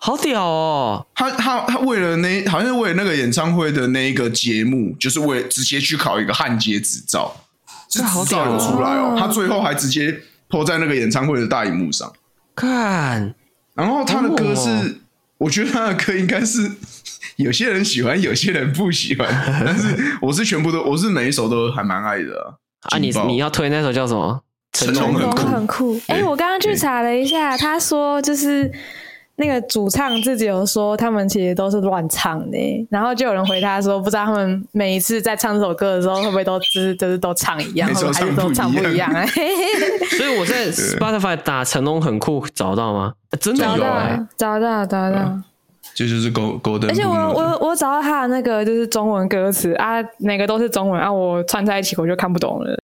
Speaker 1: 好屌哦！
Speaker 2: 他他他为了那好像是为了那个演唱会的那一个节目，就是为了直接去考一个焊接执照，是
Speaker 1: 好
Speaker 2: 执照
Speaker 1: 屌
Speaker 2: 有
Speaker 1: 哦
Speaker 2: 出来哦。他最后还直接泼在那个演唱会的大荧幕上。
Speaker 1: 看，
Speaker 2: 然后他的歌是，
Speaker 1: 哦
Speaker 2: 我觉得他的歌应该是有些人喜欢，有些人不喜欢，但是我是全部都，我是每一首都还蛮爱的啊、
Speaker 1: 啊你
Speaker 2: 劲爆
Speaker 1: 你要推那首叫什么？
Speaker 2: 成
Speaker 1: 龙
Speaker 2: 龙很
Speaker 4: 龙
Speaker 2: 酷
Speaker 4: 很酷。哎、
Speaker 2: 对
Speaker 4: 我刚刚去
Speaker 2: 对
Speaker 4: 查了一下，他说就是那个主唱自己有说，他们其实都是乱唱的欸、然后就有人回他说，不知道他们每一次在唱这首歌的时候，会不会都就是就是都唱一样，
Speaker 2: 每
Speaker 4: 会
Speaker 2: 首
Speaker 4: 不会还是都
Speaker 2: 唱
Speaker 4: 唱
Speaker 2: 不
Speaker 4: 不
Speaker 2: 一
Speaker 4: 一
Speaker 2: 样
Speaker 4: 样、欸？
Speaker 1: 所以我在 Spotify 打成龙很酷找到吗？呃真的
Speaker 4: 找
Speaker 1: 有
Speaker 4: 到
Speaker 1: 哎、
Speaker 2: 欸
Speaker 4: 找到找到，
Speaker 2: 啊这就是 Go Golden，
Speaker 4: 而且我
Speaker 2: Moon
Speaker 4: 我我找到他的那个就是中文歌词啊，哪个都是中文啊，我串在一起我就看不懂了。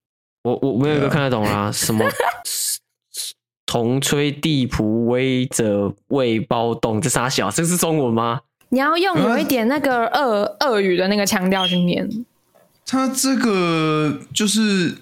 Speaker 1: 我我没有一个看得懂 啦，什么同吹地仆威者未包动，这啥小？这是中文吗？
Speaker 4: 你要用有一点那个俄俄语的那个腔调去念，
Speaker 2: 嗯他这个就是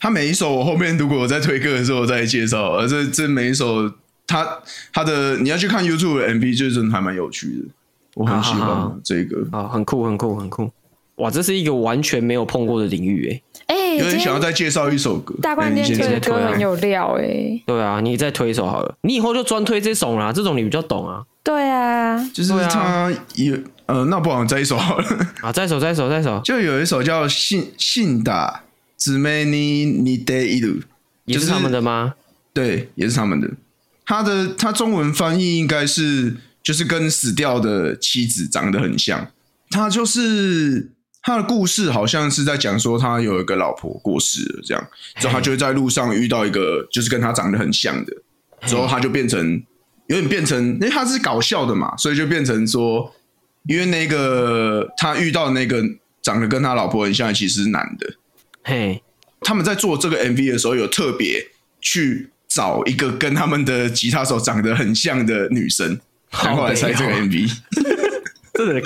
Speaker 2: 他每一首，我后面如果我在推歌的时候我再介绍，而这这每一首他他的你要去看 YouTube 的 MV，就是真的还蛮有趣的，我很
Speaker 1: 好
Speaker 2: 喜
Speaker 1: 好
Speaker 2: 欢
Speaker 1: 好
Speaker 2: 这个，
Speaker 1: 啊，很酷，很酷，很酷！哇，这是一个完全没有碰过的领域诶、欸
Speaker 4: 哎、
Speaker 2: 有
Speaker 4: 今
Speaker 2: 点想要
Speaker 4: 天
Speaker 2: 再介绍一首歌，
Speaker 4: 大冠
Speaker 2: 哎
Speaker 4: 今
Speaker 2: 你
Speaker 4: 天
Speaker 2: 先
Speaker 1: 推
Speaker 4: 推的
Speaker 1: 的歌
Speaker 4: 歌
Speaker 1: 很
Speaker 4: 很有料哎、
Speaker 1: 对啊，你再推一首好了，你以后就专推这种啦，这种你比较懂啊。
Speaker 4: 对啊，
Speaker 2: 就是
Speaker 1: 对啊
Speaker 2: 他有呃，那不然再一首好了。
Speaker 1: 啊，再一首，再一首，再一首，
Speaker 2: 就有一首叫《信信达姊妹你你得一路》，
Speaker 1: 也是他们的 吗？
Speaker 2: 对，也是他们的。他的他中文翻译应该是就是跟死掉的妻子长得很像。他就是他的故事好像是在讲说他有一个老婆过世了，这样，之后他就会在路上遇到一个就是跟他长得很像的，之后他就变成有点变成，因为他是搞笑的嘛，所以就变成说，因为那个他遇到那个长得跟他老婆很像的其实是男的，
Speaker 1: 嘿，
Speaker 2: 他们在做这个 MV 的时候，有特别去找一个跟他们的吉他手长得很像的 女生，然后来
Speaker 1: 北
Speaker 2: 拍这个
Speaker 1: 哦
Speaker 2: MV。
Speaker 1: 这个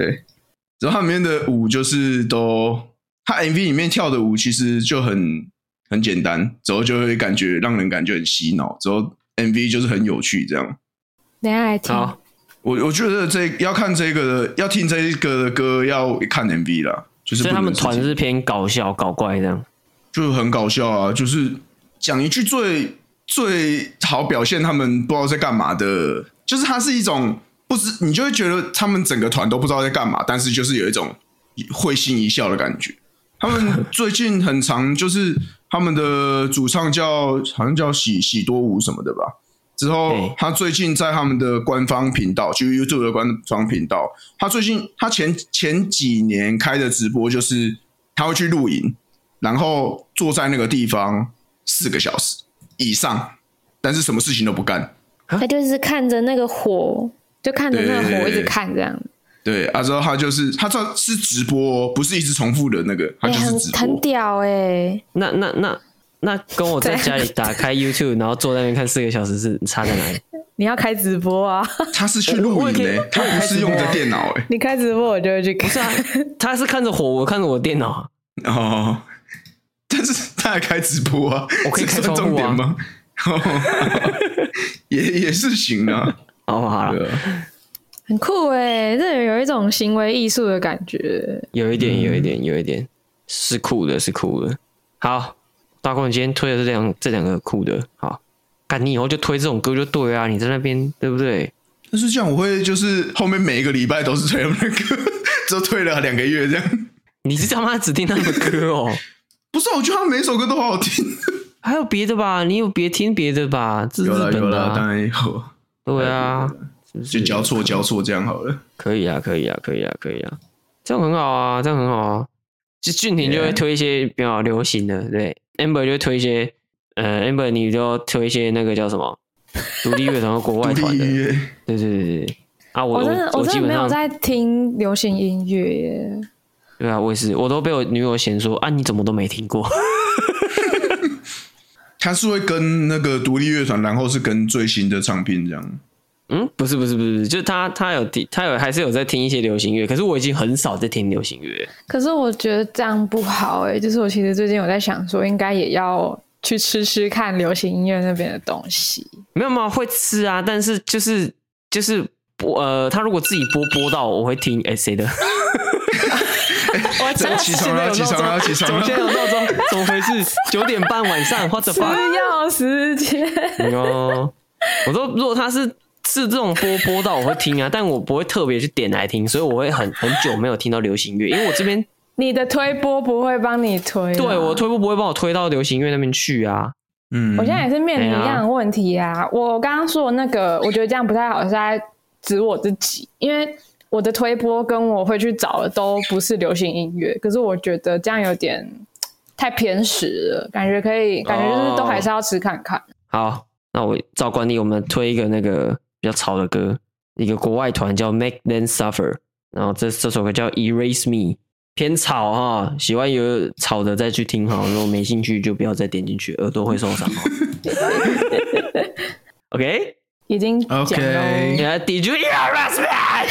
Speaker 2: 然后它里面的舞就是都，它 MV 里面跳的舞其实就很很简单，之后就会感觉让人感觉很洗脑，之后 MV 就是很有趣这样。
Speaker 4: 等一下来听。
Speaker 1: 好，
Speaker 2: 我我觉得这要看这个的，要听这个的歌要看 MV 啦，就是
Speaker 1: 所以他
Speaker 2: 不
Speaker 1: 们
Speaker 2: 能
Speaker 1: 团
Speaker 2: 自己
Speaker 1: 是偏搞笑、搞怪这样。
Speaker 2: 就很搞笑啊，就是讲一句最最好表现他们不知道在干嘛的，就是它是一种不知，你就会觉得他们整个团都不知道在干嘛，但是就是有一种会心一笑的感觉。他们最近很常就是他们的主唱叫好像叫喜喜多舞什么的吧。之后
Speaker 1: 对，
Speaker 2: 他最近在他们的官方频道，就是 YouTube 的官方频道，他最近他前前几年开的直播就是他会去露营，然后坐在那个地方四个小时以上，但是什么事情都不干。
Speaker 4: 他就是看着那个火，就看着那个火一直看这样，
Speaker 2: 对，啊，之后他就是他这是直播、哦，不是一直重复的那个，他
Speaker 4: 哎、
Speaker 2: 就是
Speaker 4: 很
Speaker 2: 直
Speaker 4: 很
Speaker 2: 播。
Speaker 4: 屌哎、
Speaker 1: 那那那那跟我在家里打开 YouTube，然后坐在那边看四个小时是差在哪里？
Speaker 4: 你要开直播啊！
Speaker 2: 他是去露
Speaker 1: 我也
Speaker 2: 营
Speaker 1: 可以
Speaker 2: 的、他不是用着电脑哎、
Speaker 4: 你开直播我就会去看。
Speaker 1: 他是看着火，我看着我电脑啊。
Speaker 2: 哦，但是他还开直播啊，
Speaker 1: 我可以
Speaker 2: 这
Speaker 1: 开窗
Speaker 2: 算重
Speaker 1: 户啊
Speaker 2: 点吗？哦也也是行啊，
Speaker 1: 哦好吧， 好了，
Speaker 2: 对啊，
Speaker 4: 很酷哎、这有一种行为艺术的感觉。
Speaker 1: 有一
Speaker 2: 嗯
Speaker 1: 点，有一点，有一点是酷的，是酷的。好，大光，你今天推的这两这两个酷的，好，干你以后就推这种歌就对啊，你在那边对不对？
Speaker 2: 但是这样我会就是后面每一个礼拜都是推他们的歌， 只推了两个月这样。
Speaker 1: 你是他妈只听他们的歌 哦，
Speaker 2: 不是，我觉得他每一首歌都好好听。
Speaker 1: 还有别的吧？你有别听别的吧？这是
Speaker 2: 有
Speaker 1: 日
Speaker 2: 啦有
Speaker 1: 本的、
Speaker 2: 啦，当
Speaker 1: 啊，
Speaker 2: 然有，
Speaker 1: 对啊，
Speaker 2: 就交错交错这样好了。
Speaker 1: 可以啊，可以啊，可以啊，可以啊，这样很好啊，这样很好啊。就俊廷就会
Speaker 2: Yeah
Speaker 1: 推一些比较流行的，对，amber 就会推一些，呃，amber 你就推一些那个叫什么独立乐团和国
Speaker 2: 独
Speaker 1: 外团
Speaker 2: 立
Speaker 1: 的
Speaker 2: 音，乐，
Speaker 1: 对对对对。啊，我
Speaker 4: 我真的
Speaker 1: 我
Speaker 4: 我
Speaker 1: 基
Speaker 4: 真
Speaker 1: 本
Speaker 4: 的没有
Speaker 1: 上
Speaker 4: 在听流行音乐耶，
Speaker 1: 对啊，我也是，我都被我女友嫌说啊，你怎么都没听过？
Speaker 2: 他是会跟那个独立乐团，然后是跟最新的唱片这样。
Speaker 1: 嗯，不是不是不是，就是她她有听，她有还是有在听一些流行乐，可是我已经很少在听流行乐。
Speaker 4: 欸可是我觉得这样不好哎、就是我其实最近有在想说，应该也要
Speaker 3: 去吃吃看流行音乐那边的东西。
Speaker 1: 没有嘛，会吃啊，但是就是就是播呃，他如果自己播播到，我会听哎谁的，
Speaker 3: 我真的
Speaker 2: 起床了，起床了，起
Speaker 1: 怎
Speaker 2: 床
Speaker 1: 么现在
Speaker 2: 了！
Speaker 1: 有闹钟？怎么回事？九点半晚上或者
Speaker 3: 吃
Speaker 1: 发
Speaker 3: 药时间，
Speaker 1: 哦，我说如果他是是这种播播到，我会听啊，但我不会特别去点来听，所以我会很很久没有听到流行乐，因为我这边
Speaker 3: 你的推播不会帮你推啊。
Speaker 1: 对我推不不会帮我推到流行乐那边去啊。
Speaker 2: 嗯，
Speaker 3: 我现在也是面临一样的问题啊。我刚刚说的那个，我觉得这样不太好，是在指我自己，因为我的推播跟我会去找的都不是流行音乐，可是我觉得这样有点嘖太偏食了，感觉可以，感觉就是都还是要吃看看。
Speaker 1: 好，那我照惯例，我们推一个那个比较吵的歌，一个国外团叫 Make Them Suffer，然后这这首歌叫 Erase Me，偏吵哈，喜欢有吵的再去听哈，如果没兴趣就不要再点进去，耳朵会受伤哦。OK，
Speaker 3: 已经讲了
Speaker 2: OK
Speaker 1: 你来 Did you erase me？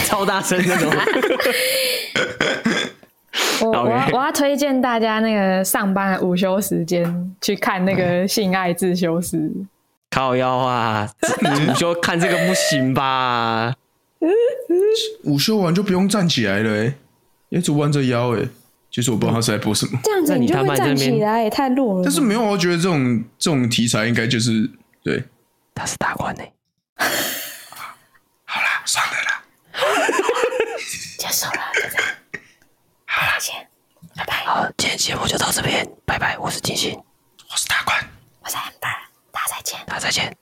Speaker 1: 超大声那种。
Speaker 3: 我我
Speaker 1: OK
Speaker 3: 要我要推荐大家那个上班的午休时间去看那个《性爱自修室》。
Speaker 1: 靠腰啊！你就看这个不行吧？
Speaker 2: 午休完就不用站起来了、欸，因为只弯着腰、欸，其实我不知道他是在播什么，
Speaker 4: 这样
Speaker 1: 那
Speaker 4: 子
Speaker 1: 你
Speaker 4: 就
Speaker 1: 他妈
Speaker 4: 会
Speaker 1: 在
Speaker 4: 站
Speaker 1: 那边
Speaker 4: 起来，也太弱了。
Speaker 2: 但是没有，我觉得这种这种题材应该就是对，
Speaker 1: 他是大官呢、欸
Speaker 2: 好啦，算了啦，
Speaker 4: 结束了，就这样。好再见，拜拜。
Speaker 1: 好，今天节目就到这边，拜拜，我是金星，
Speaker 2: 我是大官。
Speaker 4: 我是 Amber，大家再见。
Speaker 1: 大家再见。